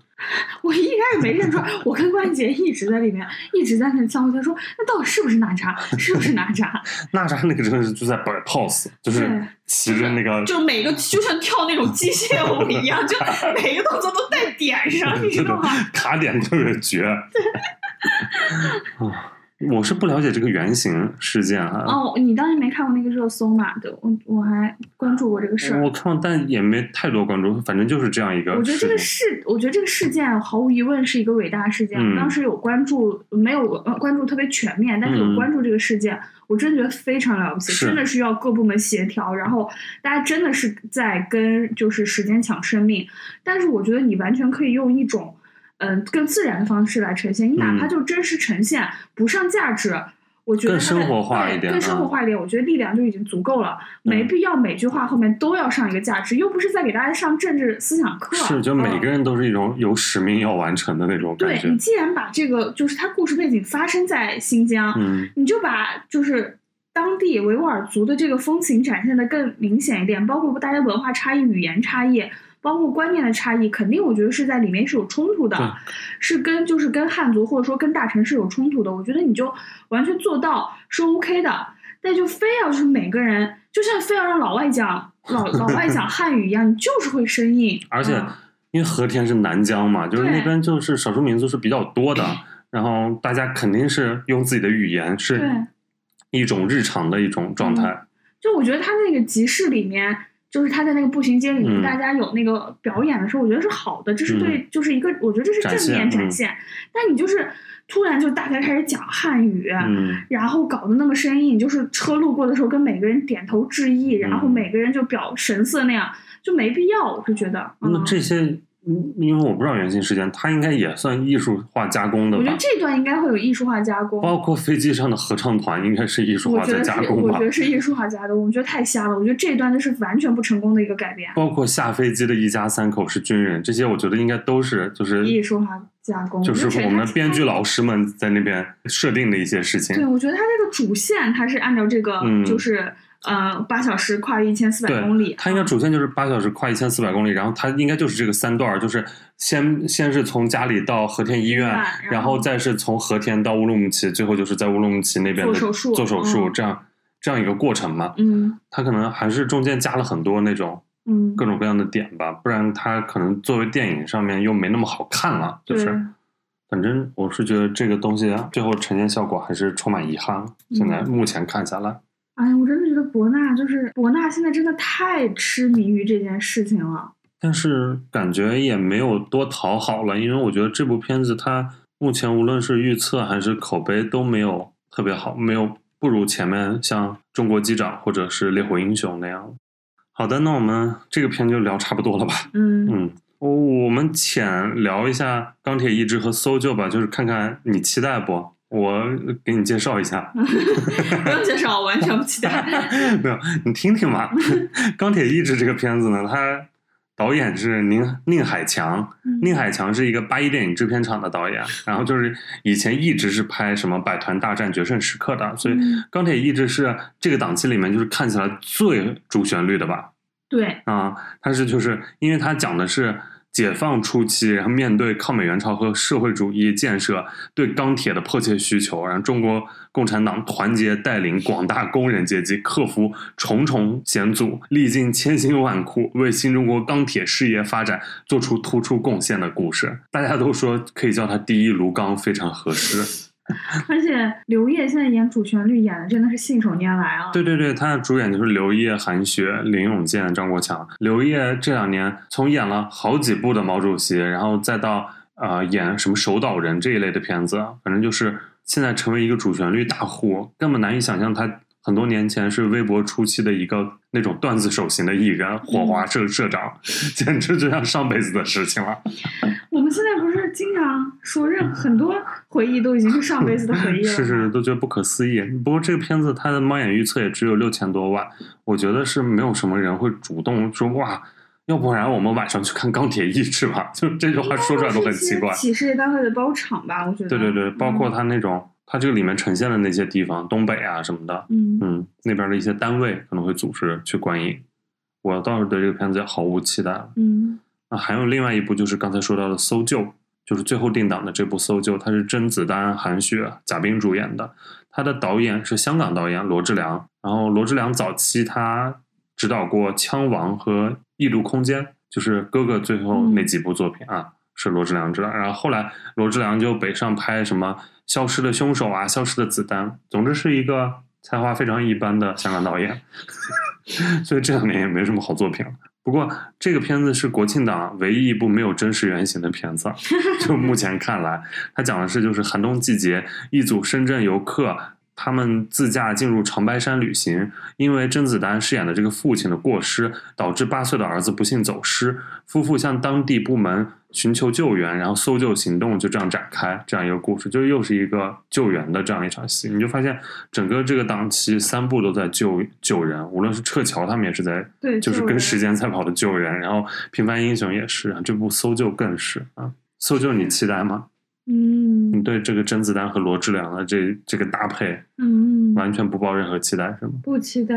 我一开始没认出来，我跟关杰一直在里面一直在那相互在说，那到底是不是哪吒？是不是哪吒？娜扎那个真的是就在摆 pose，就是对骑着那 个，就每个就像跳那种机械舞一样，就每个动作都带点上，你对知对 道吗？卡点特别绝。啊，我是不了解这个原型事件啊。哦，你当时没看过那个热搜嘛？对，我我还关注过这个事儿。我看，但也没太多关注，反正就是这样一个。我觉得这个，事，我觉得这个事件毫无疑问是一个伟大事件。嗯当时有关注，没有呃关注特别全面，但是嗯有关注这个事件，我真觉得非常了不起，是真的是要各部门协调，然后大家真的是在跟就是时间抢生命。但是我觉得你完全可以用一种嗯、呃更自然的方式来呈现，你哪怕嗯就真实呈现，不上价值。我觉得更它的生活化对一点更生活嗯化一点，我觉得力量就已经足够了。没嗯必要每句话后面都要上一个价值，又不是在给大家上政治思想课。是就每个嗯、人都是一种有使命要完成的那种感对你觉。既然把这个就是它故事背景发生在新疆，嗯你就把就是当地维吾尔族的这个风情展现的更明显一点，包括大家文化差异、语言差异。包括观念的差异，肯定我觉得是在里面是有冲突对的，是跟就是跟汉族或者说跟大城市有冲突的。我觉得你就完全做到是 OK 的，但就非要就是每个人，就像非要让老外讲老老外讲汉语一样，你就是会生硬。而且嗯因为和田是南疆嘛，就是对那边就是少数民族是比较多的，然后大家肯定是用自己的语言，对是一种日常的一种状态。就我觉得他那个集市里面，就是他在那个步行街里面，嗯大家有那个表演的时候，我觉得是好的，这是对，就是一个我觉得这是展正面现展嗯现。但你就是突然就大家开始讲汉语。嗯，然后搞得那么生硬，就是车路过的时候跟每个人点头致意，然后嗯每个人就表神色那样，就没必要，我是觉得。嗯、那这些，嗯因为我不知道原型事件，它应该也算艺术化加工的我觉吧得？这段应该会有艺术化加工。包括飞机上的合唱团，应该是艺术我化觉在得加是，工我吧觉？得是艺术化加的，我们觉得太瞎了。我觉得这一段就是完全不成功的一个改编，包括下飞机的一家三口是军人，这些我觉得应该都是就是艺术化加工。嗯就是觉得我们的它编剧它老师们在那边设定的一些事对，情。我觉得它这个主线它是按照这个，嗯就是呃八小时跨越一千四百对公里，，啊它应该主线就是八小时跨一千四百公里，然后它应该就是这个三段儿，就是先先是从家里到和田医院，然后然后再是从和田到乌鲁木齐，最后就是在乌鲁木齐那边的做手术做手术嗯这样这样一个过程嘛。嗯它可能还是中间加了很多那种嗯，各种各样的点吧，不然它可能作为电影上面又没那么好看了。就对是，反正我是觉得这个东西啊最后呈现效果还是充满遗憾。嗯现在目前看下来，哎呀，我真的觉得博纳就是博纳现在真的太痴迷于这件事情了。但是感觉也没有多讨好了，因为我觉得这部片子它目前无论是预测还是口碑都没有特别好，没有不如前面像《中国机长》或者是《烈火英雄》那样。好的，那我们这个片就聊差不多了吧？嗯，嗯，我我们浅聊一下《钢铁意志》和《搜救》吧，就是看看你期待不？我给你介绍 一下，不用介绍，我完全不 期待。没有，你听听吧。 《钢铁意志》这个片子呢，它导演是宁宁海强，嗯宁海强是一个八一电影制片厂的导演，然后就是以前一直是拍什么《百团大战》《决胜时刻》的，所以嗯《钢铁意志》是这个档期里面就是看起来最主旋律的吧。对，啊，它是就是因为它讲的是解放初期，然后面对抗美援朝和社会主义建设对钢铁的迫切需求，然后中国共产党团结带领广大工人阶级克服重重险阻，历尽千辛万苦，为新中国钢铁事业发展做出突出贡献的故事。大家都说可以叫它第一炉钢，非常合适。而且刘烨现在演主旋律演的真的是信手拈来啊。对对对，它的主演就是刘烨、韩雪、林永健、张国强。刘烨这两年从演了好几部的毛主席，然后再到呃演什么守岛人这一类的片子，反正就是现在成为一个主旋律大户，根本难以想象他很多年前是微博初期的一个那种段子手型的艺人，火花社社长，简直就像上辈子的事情了。我们现在不是经常说任很多回忆都已经是上辈子的回忆了。 是是，都觉得不可思议。不过这个片子它的猫眼预测也只有六千多万，我觉得是没有什么人会主动说哇，要不然我们晚上去看《钢铁意志》吧。 就这句话说出来都很奇怪。企事业单位的包场吧，我觉得。对对对，嗯包括它那种，它这个里面呈现的那些地方，东北啊什么的，嗯，嗯，那边的一些单位可能会组织去观影。我倒是对这个片子毫无期待了。嗯啊，还有另外一部就是刚才说到的《搜救》，就是最后定档的这部《搜救》，它是甄子丹、韩雪、贾冰主演的，它的导演是香港导演罗志良，然后罗志良早期他指导过《枪王》和《异度空间》，就是哥哥最后那嗯几部作品啊，是罗志良指导，然后后来罗志良就北上拍什么。消失的凶手》啊，《消失的子弹》，总之是一个才华非常一般的香港导演， 所以这两年也没什么好作品了。不过这个片子是国庆档唯一一部没有真实原型的片子，就目前看来，它讲的是就是寒冬季节，一组深圳游客。他们自驾进入长白山旅行，因为甄子丹饰演的这个父亲的过失，导致八岁的儿子不幸走失。夫妇向当地部门寻求救援，然后搜救行动就这样展开，这样一个故事，就又是一个救援的这样一场戏。你就发现整个这个档期三部都在救救人，无论是撤侨他们也是在，对就是救跟人时间赛跑的救援，然后平凡英雄也是，啊这部搜救更是啊，搜救你期待吗？你嗯对这个甄子丹和罗志良的这这个搭配嗯，完全不抱任何期待，是吗？不期待。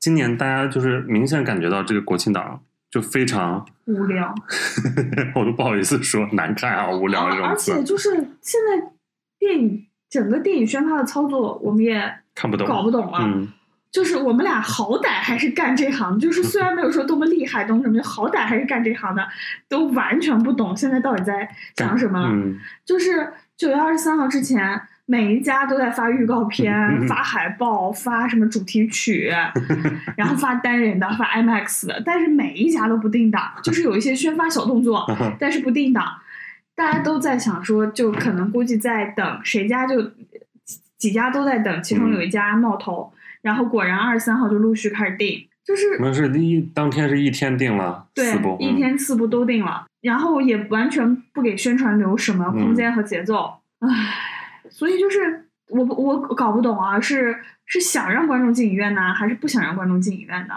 今年大家就是明显感觉到这个国庆档就非常， 无聊，我都不好意思说难看啊、无聊这而种且词，就是现在电影整个电影宣发的操作，我们也看不懂。搞不懂了。嗯，就是 我们俩好歹还是干这行，就是虽然没有说多么厉害，多么什么，好歹还是干这行的，都完全不懂现在到底在想什么了。嗯，就是九月二十三号之前，每一家都在发预告片、嗯嗯发海报、发什么主题曲，然后发单人的、发 IMAX 的，但是每一家都不定档，就是有一些宣发小动作，但是不定档。大家都在想说，就可能估计在等谁家就几几家都在等，其中有一家冒头，然后果然二十三号就陆续开始定，就是那是一当天是一天定了对四部，，嗯一天四部都定了，然后也完全不给宣传留什么空嗯间和节奏，唉，所以就是我不我搞不懂啊，是是想让观众进影院呢，还是不想让观众进影院呢？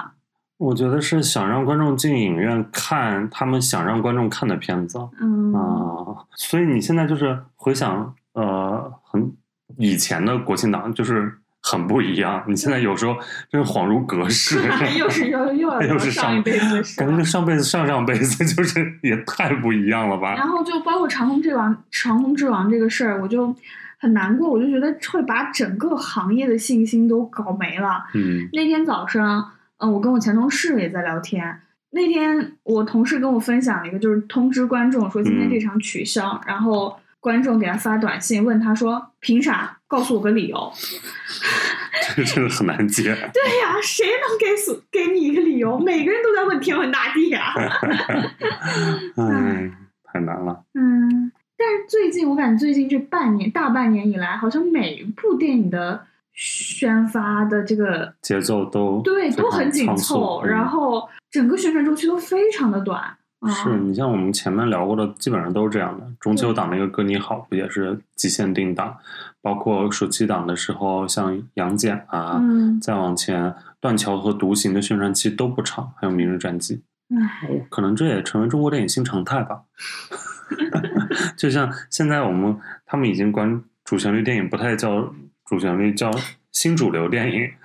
我觉得是想让观众进影院看他们想让观众看的片子啊、嗯，，啊所以你现在就是回想呃，很以前的国庆档就是很不一样，你现在有时候真是恍如隔世 又哎是又又要聊又是上一辈子的事 感觉跟上辈子、上上辈子就是也太不一样了吧？然后就包括长空之王、长空之王这个事儿，我就很难过，我就觉得会把整个行业的信心都搞没了。嗯那天早上，嗯，我跟我前同事也在聊天。那天我同事跟我分享了一个，就是通知观众说今天嗯这场取消，然后观众给他发短信问他说凭啥？告诉我个理由。 这真的很难接。对呀、谁能给死给你一个理由？每个人都在问天问大地啊 呀、哎，太难了。嗯，但是最近我感觉最近这半年大半年以来，好像每一部电影的宣发的这个节奏都对非常都很紧仓促凑，嗯然后整个宣传周期都非常的短。啊、是你像我们前面聊过的，基本上都是这样的。中秋档那个《哥你好》不也是极限定档？包括暑期档的时候，像杨戬啊，嗯，再往前，《断桥》和《独行》的宣传期都不长，还有《明日战记》。唉，可能这也成为中国电影新常态吧。 就像现在我们他们已经管主旋律电影不太叫主旋律，叫新主流电影。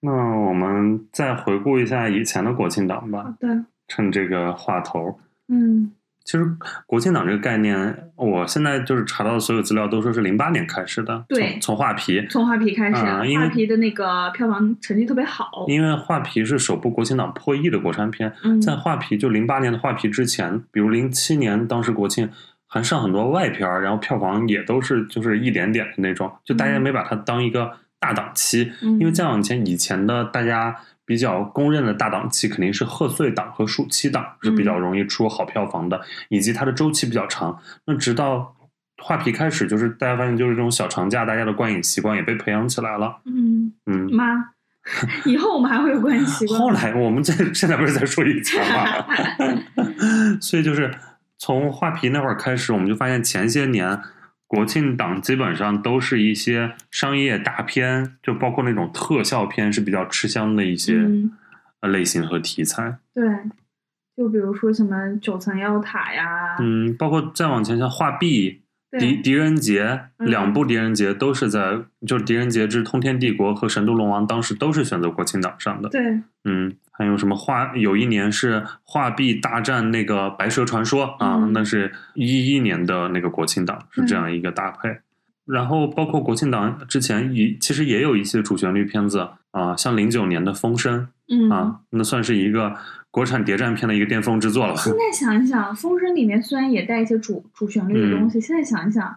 那我们再回顾一下以前的国庆档好吧，的，趁这个话头。嗯其实国庆档这个概念，我现在就是查到的所有资料都说是零八年开始的，对从从画皮，，从画皮开始，啊因为画皮的那个票房成绩特别好。因为画皮是首部国庆档破亿的国产片，嗯，在画皮就零八年的画皮之前，比如零七年当时国庆还上很多外片儿，然后票房也都是就是一点点的那种，就大家嗯没把它当一个大档期，嗯因为再往前以前的大家比较公认的大档期肯定是贺岁档和暑期档是比嗯较容易出好票房的，以及它的周期比较长。那直到画皮开始，就是大家发现就是这种小长假，大家的观影习惯也被培养起来了，嗯，嗯。妈，以后我们还会有关系 后吗？来我们这现在不是在说以前嘛， 所以就是从画皮那会儿开始，我们就发现前些年国庆档基本上都是一些商业大片，就包括那种特效片是比较吃香的一些嗯呃类型和题材。对，就比如说什么九层妖塔呀，嗯，包括再往前像画壁。狄对，狄仁杰嗯两部《狄仁杰》都是在，就是《狄仁杰之通天帝国》和《神都龙王》当时都是选择国庆档上的。对，嗯，还有什么画？有一年是画壁大战那个《白蛇传说》啊，嗯那是一一年的那个国庆档，是这样一个搭配。然后包括国庆档之前也其实也有一些主旋律片子啊、啊、像零九年的《风声》嗯，啊，那算是一个国产谍战片的一个巅峰之作了吧。 现在想一想，《风声》里面虽然也带一些主主旋律的东嗯西，现在想一想，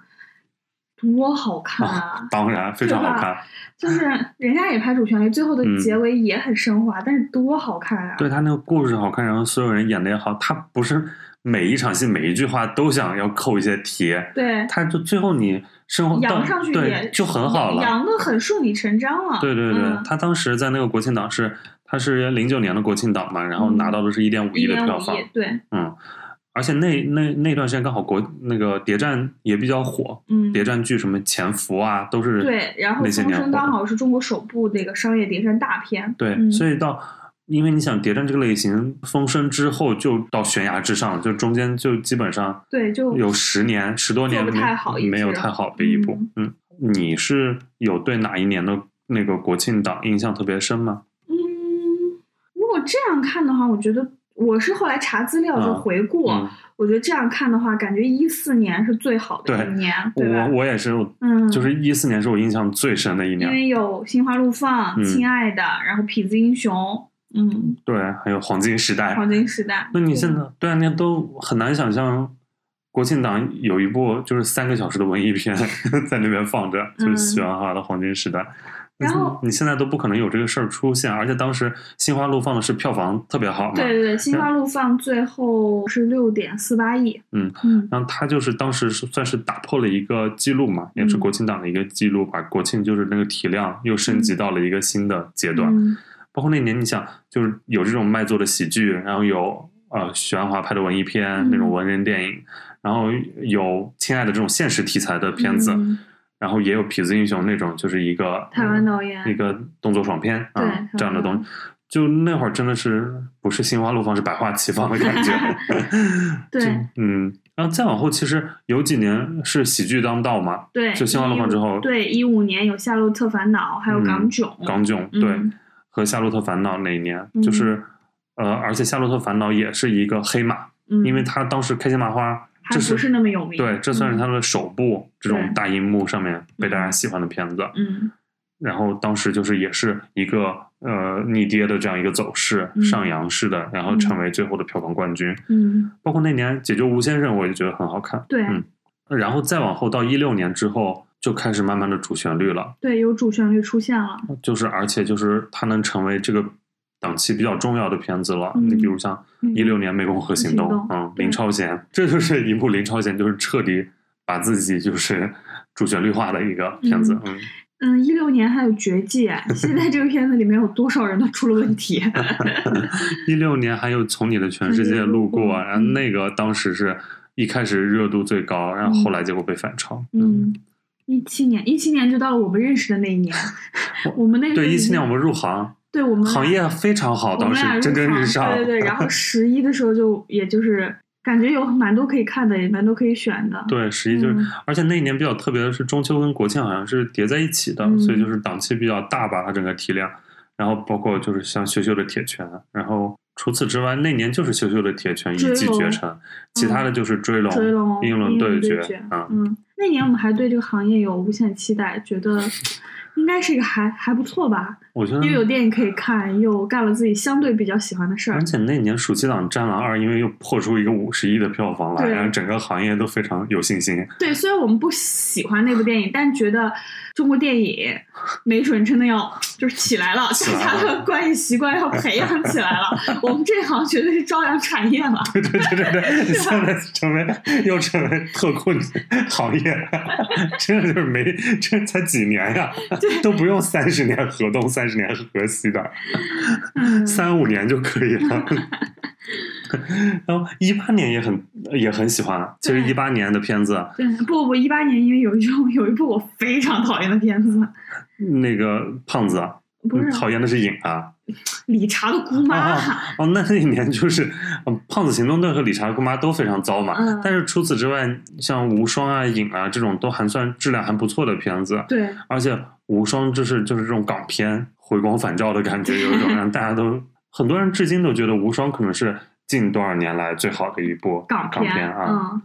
多好看啊！当然非常好看，就是人家也拍主旋律，最后的嗯结尾也很升华，但是多好看啊！对他那个故事好看，然后所有人演的也好，他不是每一场戏每一句话都想要扣一些题，对，他就最后你生活扬到上去也哦对就很好了，扬的很顺理成章了。对对对，嗯他当时在那个国庆档是，他是零九年的国庆档嘛，然后嗯拿到的是一点五亿一的点票五房，亿，对，嗯，而且那那那段时间刚好国那个谍战也比较火，嗯，谍战剧什么潜伏啊都是对，然后那《些风年声》火刚的好是中国首部那个商业谍战大片，对，嗯所以到因为你想谍战这个类型风声之后就到悬崖之上了，就中间就基本上对，就有十年十多年嗯做不太好一没直没有太好的一部，嗯，你是有对哪一年的那个国庆档印象特别深吗？嗯，如果这样看的话，我觉得我是后来查资料就嗯回顾，嗯我觉得这样看的话，感觉一四年是最好的一对年，对吧我？我也是，我嗯，就是一四年是我印象最深的一因年，为有《心花怒放》嗯亲爱的》，然后《痞子英雄》，嗯，对，还有黄金时代。黄金时代。哎那你现对在对啊，那都很难想象，国庆档有一部就是三个小时的文艺片 在那边放着，就是喜欢哈的《黄金时代》嗯然后你现在都不可能有这个事儿出现，而且当时《心花怒放》的是票房特别好嘛，对对对，《心然花怒放》最后是六点四八亿，嗯嗯，然后他就是当时是算是打破了一个记录嘛，也是嗯国庆档的一个记录，把国庆就是那个体量又升级到了一个新的阶段。嗯包括那年，你想，就是有这种卖座的喜剧，然后有呃许鞍华拍的文艺片、嗯那种文人电影，然后有亲爱的这种现实题材的片子，嗯然后也有痞子英雄那种就是一个嗯台湾导演一个动作爽片对啊这样的东台湾西。就那会儿真的是不是心花怒放，是百花齐放的 感觉。对就嗯，然后再往后其实有几年是喜剧当道嘛，对，就《新花15怒放》之后，对，一五年有《夏洛特烦恼》，还有《港嗯囧》港囧对，嗯和《夏洛特烦恼》那一年，嗯就是呃，而且《夏洛特烦恼》也是一个黑马，嗯，因为他当时开心麻花，还这不是那么有名，对，这算是他的首部、这对种大荧幕上面被大家喜欢的片子。嗯然后当时就是也是一个呃逆跌的这样一个走势，嗯上扬式的，然后成为最后的票房冠军。嗯，包括那年《解救吴先生》，我也觉得很好看。对嗯然后再往后到一六年之后，就开始慢慢的主旋律了。对，有主旋律出现了，就是而且就是它能成为这个档期比较重要的片子了。嗯你比如像嗯一六年《湄公河行动行》动嗯，对林超贤，这就是一部林超贤就是彻底把自己就是主旋律化的一个片子。嗯，嗯，一六年还有《绝技》哎，现在这个片子里面有多少人都出了问 题？嗯一六、年还有《从你的全世界路过》，嗯然后那个当时是一开始热度最高，然后后来结果被反超。嗯，一七年，一七年就到了我们认识的那一年，我们那个对，时候一已七经年我们入行，对我们俩行业非常好，我们当俩时蒸蒸日上。 对对对，然后十一的时候就也就是感觉有蛮多可以看的，也蛮多可以选的，对，十一就是，嗯而且那一年比较特别的是中秋跟国庆好像是叠在一起的，嗯所以就是档期比较大吧，它整个体量。然后包括就是像羞羞的铁拳，然后除此之外，那年就是羞羞的铁拳一追骑龙嗯绝尘，其他的就是追龙、追龙、英伦伦对决决啊、嗯，那年我们还对这个行业有无限期待，觉得应该是一个还还不错吧，我觉得又有电影可以看，又干了自己相对比较喜欢的事儿而。且那年暑期档《战狼二》因为又破出一个五十亿的票房来，对然后整个行业都非常有信心。对，虽然我们不喜欢那部电影，但觉得中国电影没准真的要就是起来了，起大来家了的观影习惯要培养起 来了。我们这行绝对是朝阳产业了。对对对对对，现在成为又成为特困行业，真的就是没这才几年呀、都不用三十年河东三十年河西的，嗯，三五年就可以了。然后一八年也很也很喜欢，其实对一八年的片子，对，不不，一八年因为有一种有一部我 非常讨厌的片子，那个胖子啊不是讨厌的是影啊，理查的姑妈。哦哦，那那一年就是嗯胖子行动队和理查姑妈都非常糟嘛，嗯但是除此之外，像无双啊、影啊这种都还算质量还不错的片子，对，而且无双就是就是这种港片回光返照的感觉，有一种让大家都很多人至今都觉得无双可能是近多少年来最好的一部港片啊。嗯，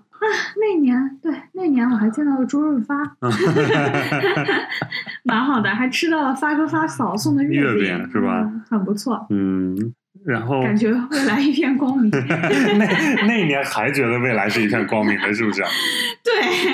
那年对那年我还见到了周润发，嗯 蛮好的，还吃到了发哥发嫂送的月饼，饼是吧嗯很不错，嗯，然后感觉未来一片光 明。那那一年还觉得未来是一片光明的，是 不啊是？对，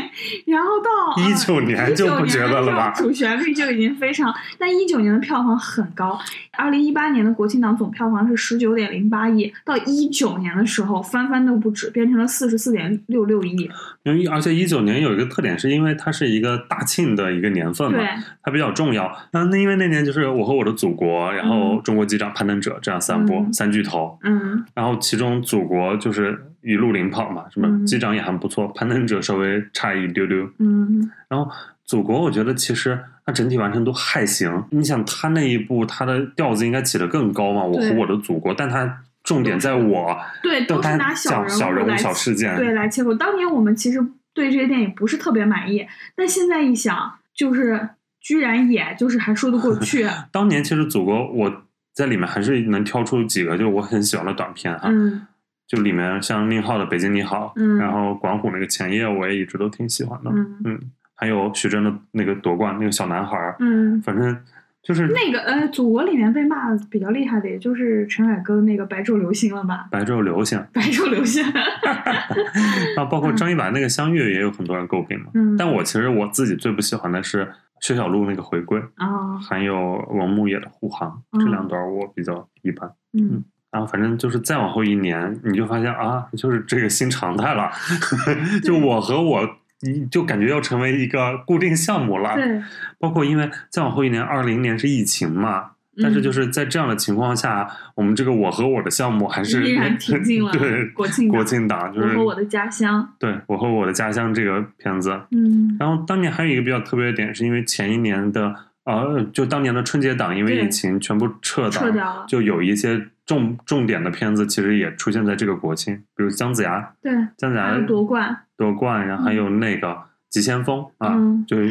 然后到一九年 就不觉得了吧？主旋律就已经非常，但一九年的票房很高，二零一八年的国庆档总票房是十九点零八亿，到一九年的时候翻番都不止，变成了四十四点六六亿。因为而且一九年有一个特点，是因为它是一个大庆的一个年份嘛对，，它比较重要。那那因为那年就是《我和我的祖国》，然后《中国机长》《攀登者》这样三部、嗯三巨头，嗯，然后其中《祖国》就是一路领跑嘛，什么嗯机长也还不错，攀登者稍微差一丢丢。嗯，然后《祖国》我觉得其实它整体完成度还行。你想它那一部它的调子应该起得更高嘛，《我和对我的祖国》，但它重点在我，对，但都是它拿讲人人物物、来小事件，对来切入。当年我们其实对这些电影不是特别满意，但现在一想，就是居然也就是还说得过 去。当年其实祖国我在里面还是能挑出几个，就是我很喜欢的短片哈、嗯就里面像宁浩的《北京你好》，嗯然后管虎那个《前夜》，我也一直都挺喜欢的，嗯还有徐峥的那个夺冠那个小男孩儿，嗯，反正就是那个呃，祖国里面被骂得比较厉害的，也就是陈凯歌那个《白昼流星》了吧？白昼流星，白昼流 星，啊，包括张一白那个《相遇》也有很多人诟病嘛。嗯，但我其实我自己最不喜欢的是薛晓璐那个《回归》，啊，还有王牧野的《护航》，这嗯两段我比较一般。嗯，然后反正就是再往后一年，你就发现啊，就是这个新常态了， 就我和我。你就感觉要成为一个固定项目了，对，包括因为再往后一年，二零年是疫情嘛，但嗯是就是是在这样的情况下，我们这个我和我的项目还是依然挺进了 对国庆档国庆档，就我是和我的家乡，对我和我的家乡这个片子，嗯，然后当年还有一个比较特别的点，是因为前一年的呃，就当年的春节档，因为对疫情全部撤档，撤掉了就有一些重重点的片子，其实也出现在这个国庆，比如姜子牙，啊对，姜子还牙有夺冠，夺冠，然后还有那个急先锋、啊嗯，就是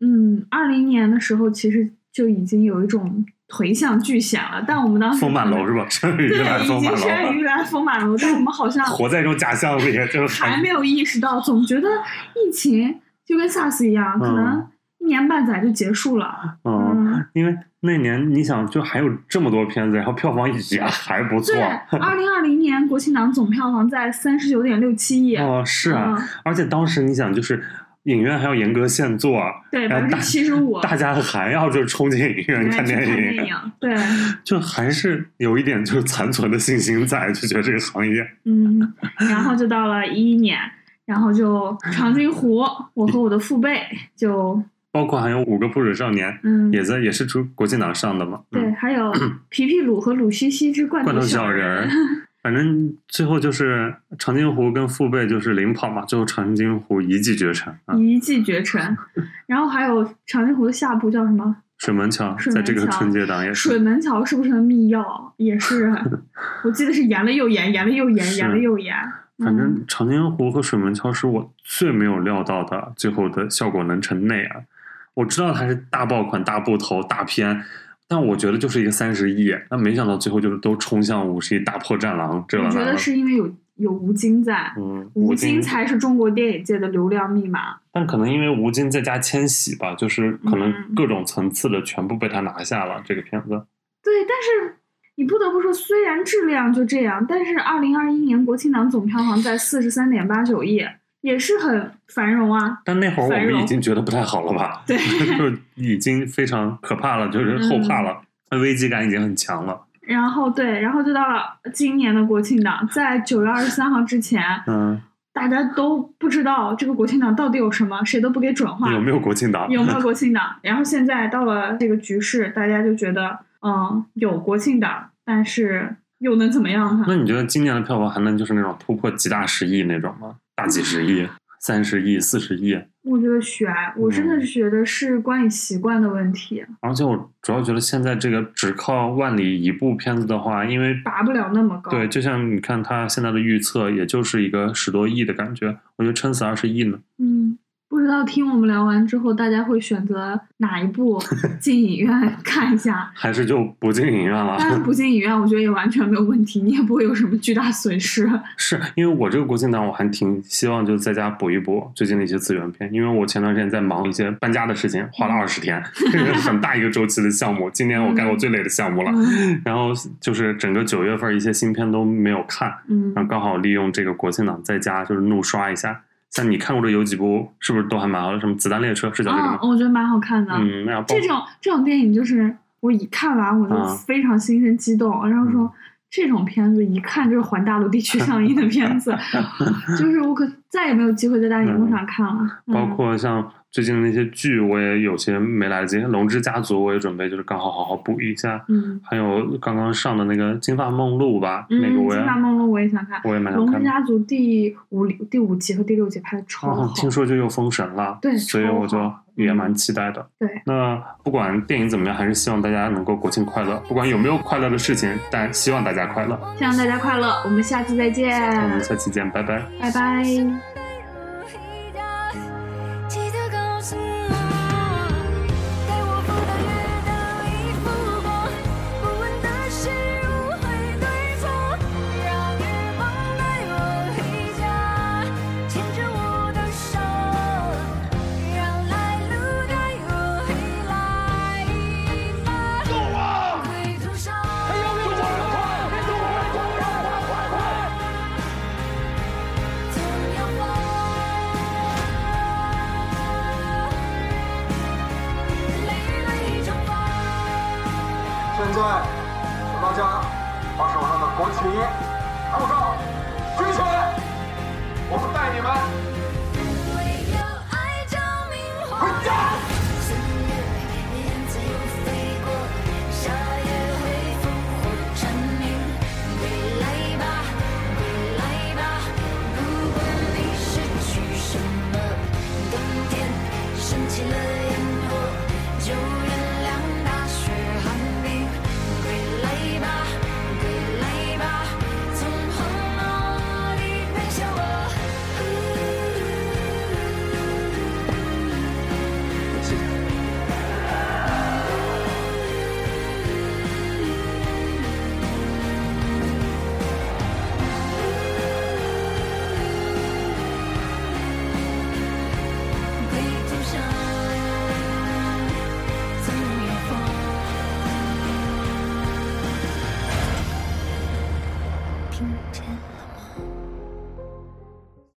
嗯，二零年的时候其实就已经有一种回向巨显了，但我们当时风满可能楼是吧？生于啊对，来已风满经山楼，啊鱼来风满楼，但我们好 像活在这种假象里，就是还没有意识到，总觉得疫情就跟 SARS 一样，可嗯能一年半载就结束了。嗯，嗯，因为那年你想，就还有这么多片子，然后票房也还不错对， 二零二零年国庆档总票房在三十九点六七亿，哦，是啊，嗯，而且当时你想，就是影院还要严格限座，对，然百后分大之七十五。大家还要就是冲进影院来看去电看影，电影，对，就还是有一点就是残存的信心在，就觉得这个行业嗯，然后就到了一一年，然后就长津湖，我和我的父辈就，包括还有五个不准少年。嗯，也在也是出国际档上的嘛，对，嗯，还有皮皮鲁和鲁西西之罐罐头小小人 啊儿，反正最后就是长津湖跟父辈就是领跑嘛，最后长津湖一骑绝尘啊，一骑绝尘，然后还有长津湖的下部叫什么？水门桥水门在这个桥春节档也是水门桥是不是密钥？也 是，我记得是延了又延，延了又延，是延了又延。反嗯正长津湖和水门桥是我最没有料到的，最后的效果能成那样。我知道它是大爆款、大部头、大片，但我觉得就是一个三十亿，那没想到最后就是都冲向五十亿，大破战狼，这了我觉那得了。是因为有有吴京在，嗯，吴京京，才是中国电影界的流量密码。但可能因为吴京再加千玺吧，就是可能嗯各种层次的全部被他拿下了。这个片子，对，但是你不得不说，虽然质量就这样，但是二零二一年国庆档总票房在四十三点八九亿，也是很繁荣啊。但那会儿我繁们荣已经觉得不太好了 吧？对，就是已经非常可怕了，就是后怕了，嗯危机感已经很强了。然后对，然后就到了今年的国庆档，在九月二十三号之前，嗯，大家都不知道这个国庆档到底有什么，谁都不给转化，有没有国庆档？有没有国庆档。然后现在到了这个局势，大家就觉得，嗯，有国庆档，但是又能怎么样 呢？那你觉得今年的票房还能就是那种突破几大十亿那种吗？大几十亿、三十亿、四十亿？我觉得悬，我真的是嗯觉得是关于习惯的问题，而且我主要觉得现在这个只靠万里一部片子的话，因为拔不了那么高。对，就像你看它现在的预测，也就是一个十多亿的感觉，我觉得撑死二十亿呢。嗯，不知道听我们聊完之后，大家会选择哪一 部进影院看一下？还是就不进影院了。当然不进影院，我觉得也完全没有问题，你也不会有什么巨大损失。 嗯是因为我这个国庆档，我还挺希望就在家补一补最近的一些资源片，因为我前段时间在忙一些搬家的事情，花了二十天，这个是很大一个周期的项目。今年我干过最累的项目了，嗯然后就是整个九月份一些新片都没有看，嗯然后刚好利用这个国庆档在家就是怒刷一下。像你看过的有几部是不是都还蛮好的？什么《子弹列车》是叫这个啊吗，？我觉得蛮好看的。嗯，然后包哦这种这种电影就是我一看完我就啊非常心生激动，然后说嗯这种片子一看就是环大陆地区上映的片 子，就是我可再也没有机会在大荧幕上看了。嗯、包括像最近的那些剧，我也有些没来得及，《龙之家族》我也准备就是刚好好好补一下，嗯，还有刚刚上的那个《金发梦露》吧，嗯，那个我也金发梦露》我也想看，我也蛮《想龙之看的。家族》第五第五集和第六集拍的超好，哦，听说就又封神了，对所以超我就好也嗯蛮期待的。对那不管电影怎么样，还是希望大家能够国庆快乐。不管有没有快乐的事情，但希望大家快乐。希望大家快乐，我们下次再见，我们下期见，拜拜。拜拜。记得告诉我，带我赴的约到一步过，不问得失无悔对错，让月光带我回家，牵着我的手，让来路带我回来吧。走啊，归途上。总有我，累了一整晚。现在，大家把手上的国旗、口罩举起来，我们带你们唯有爱照明回火。家。岁月燕子又飞过，夏夜会烽火蝉鸣。归来吧，归来吧，不管你失去什么，冬天升起了烟火，就原谅大雪寒冰。归来吧，归来吧，从荒漠里奔向我。归途上总有风，听见。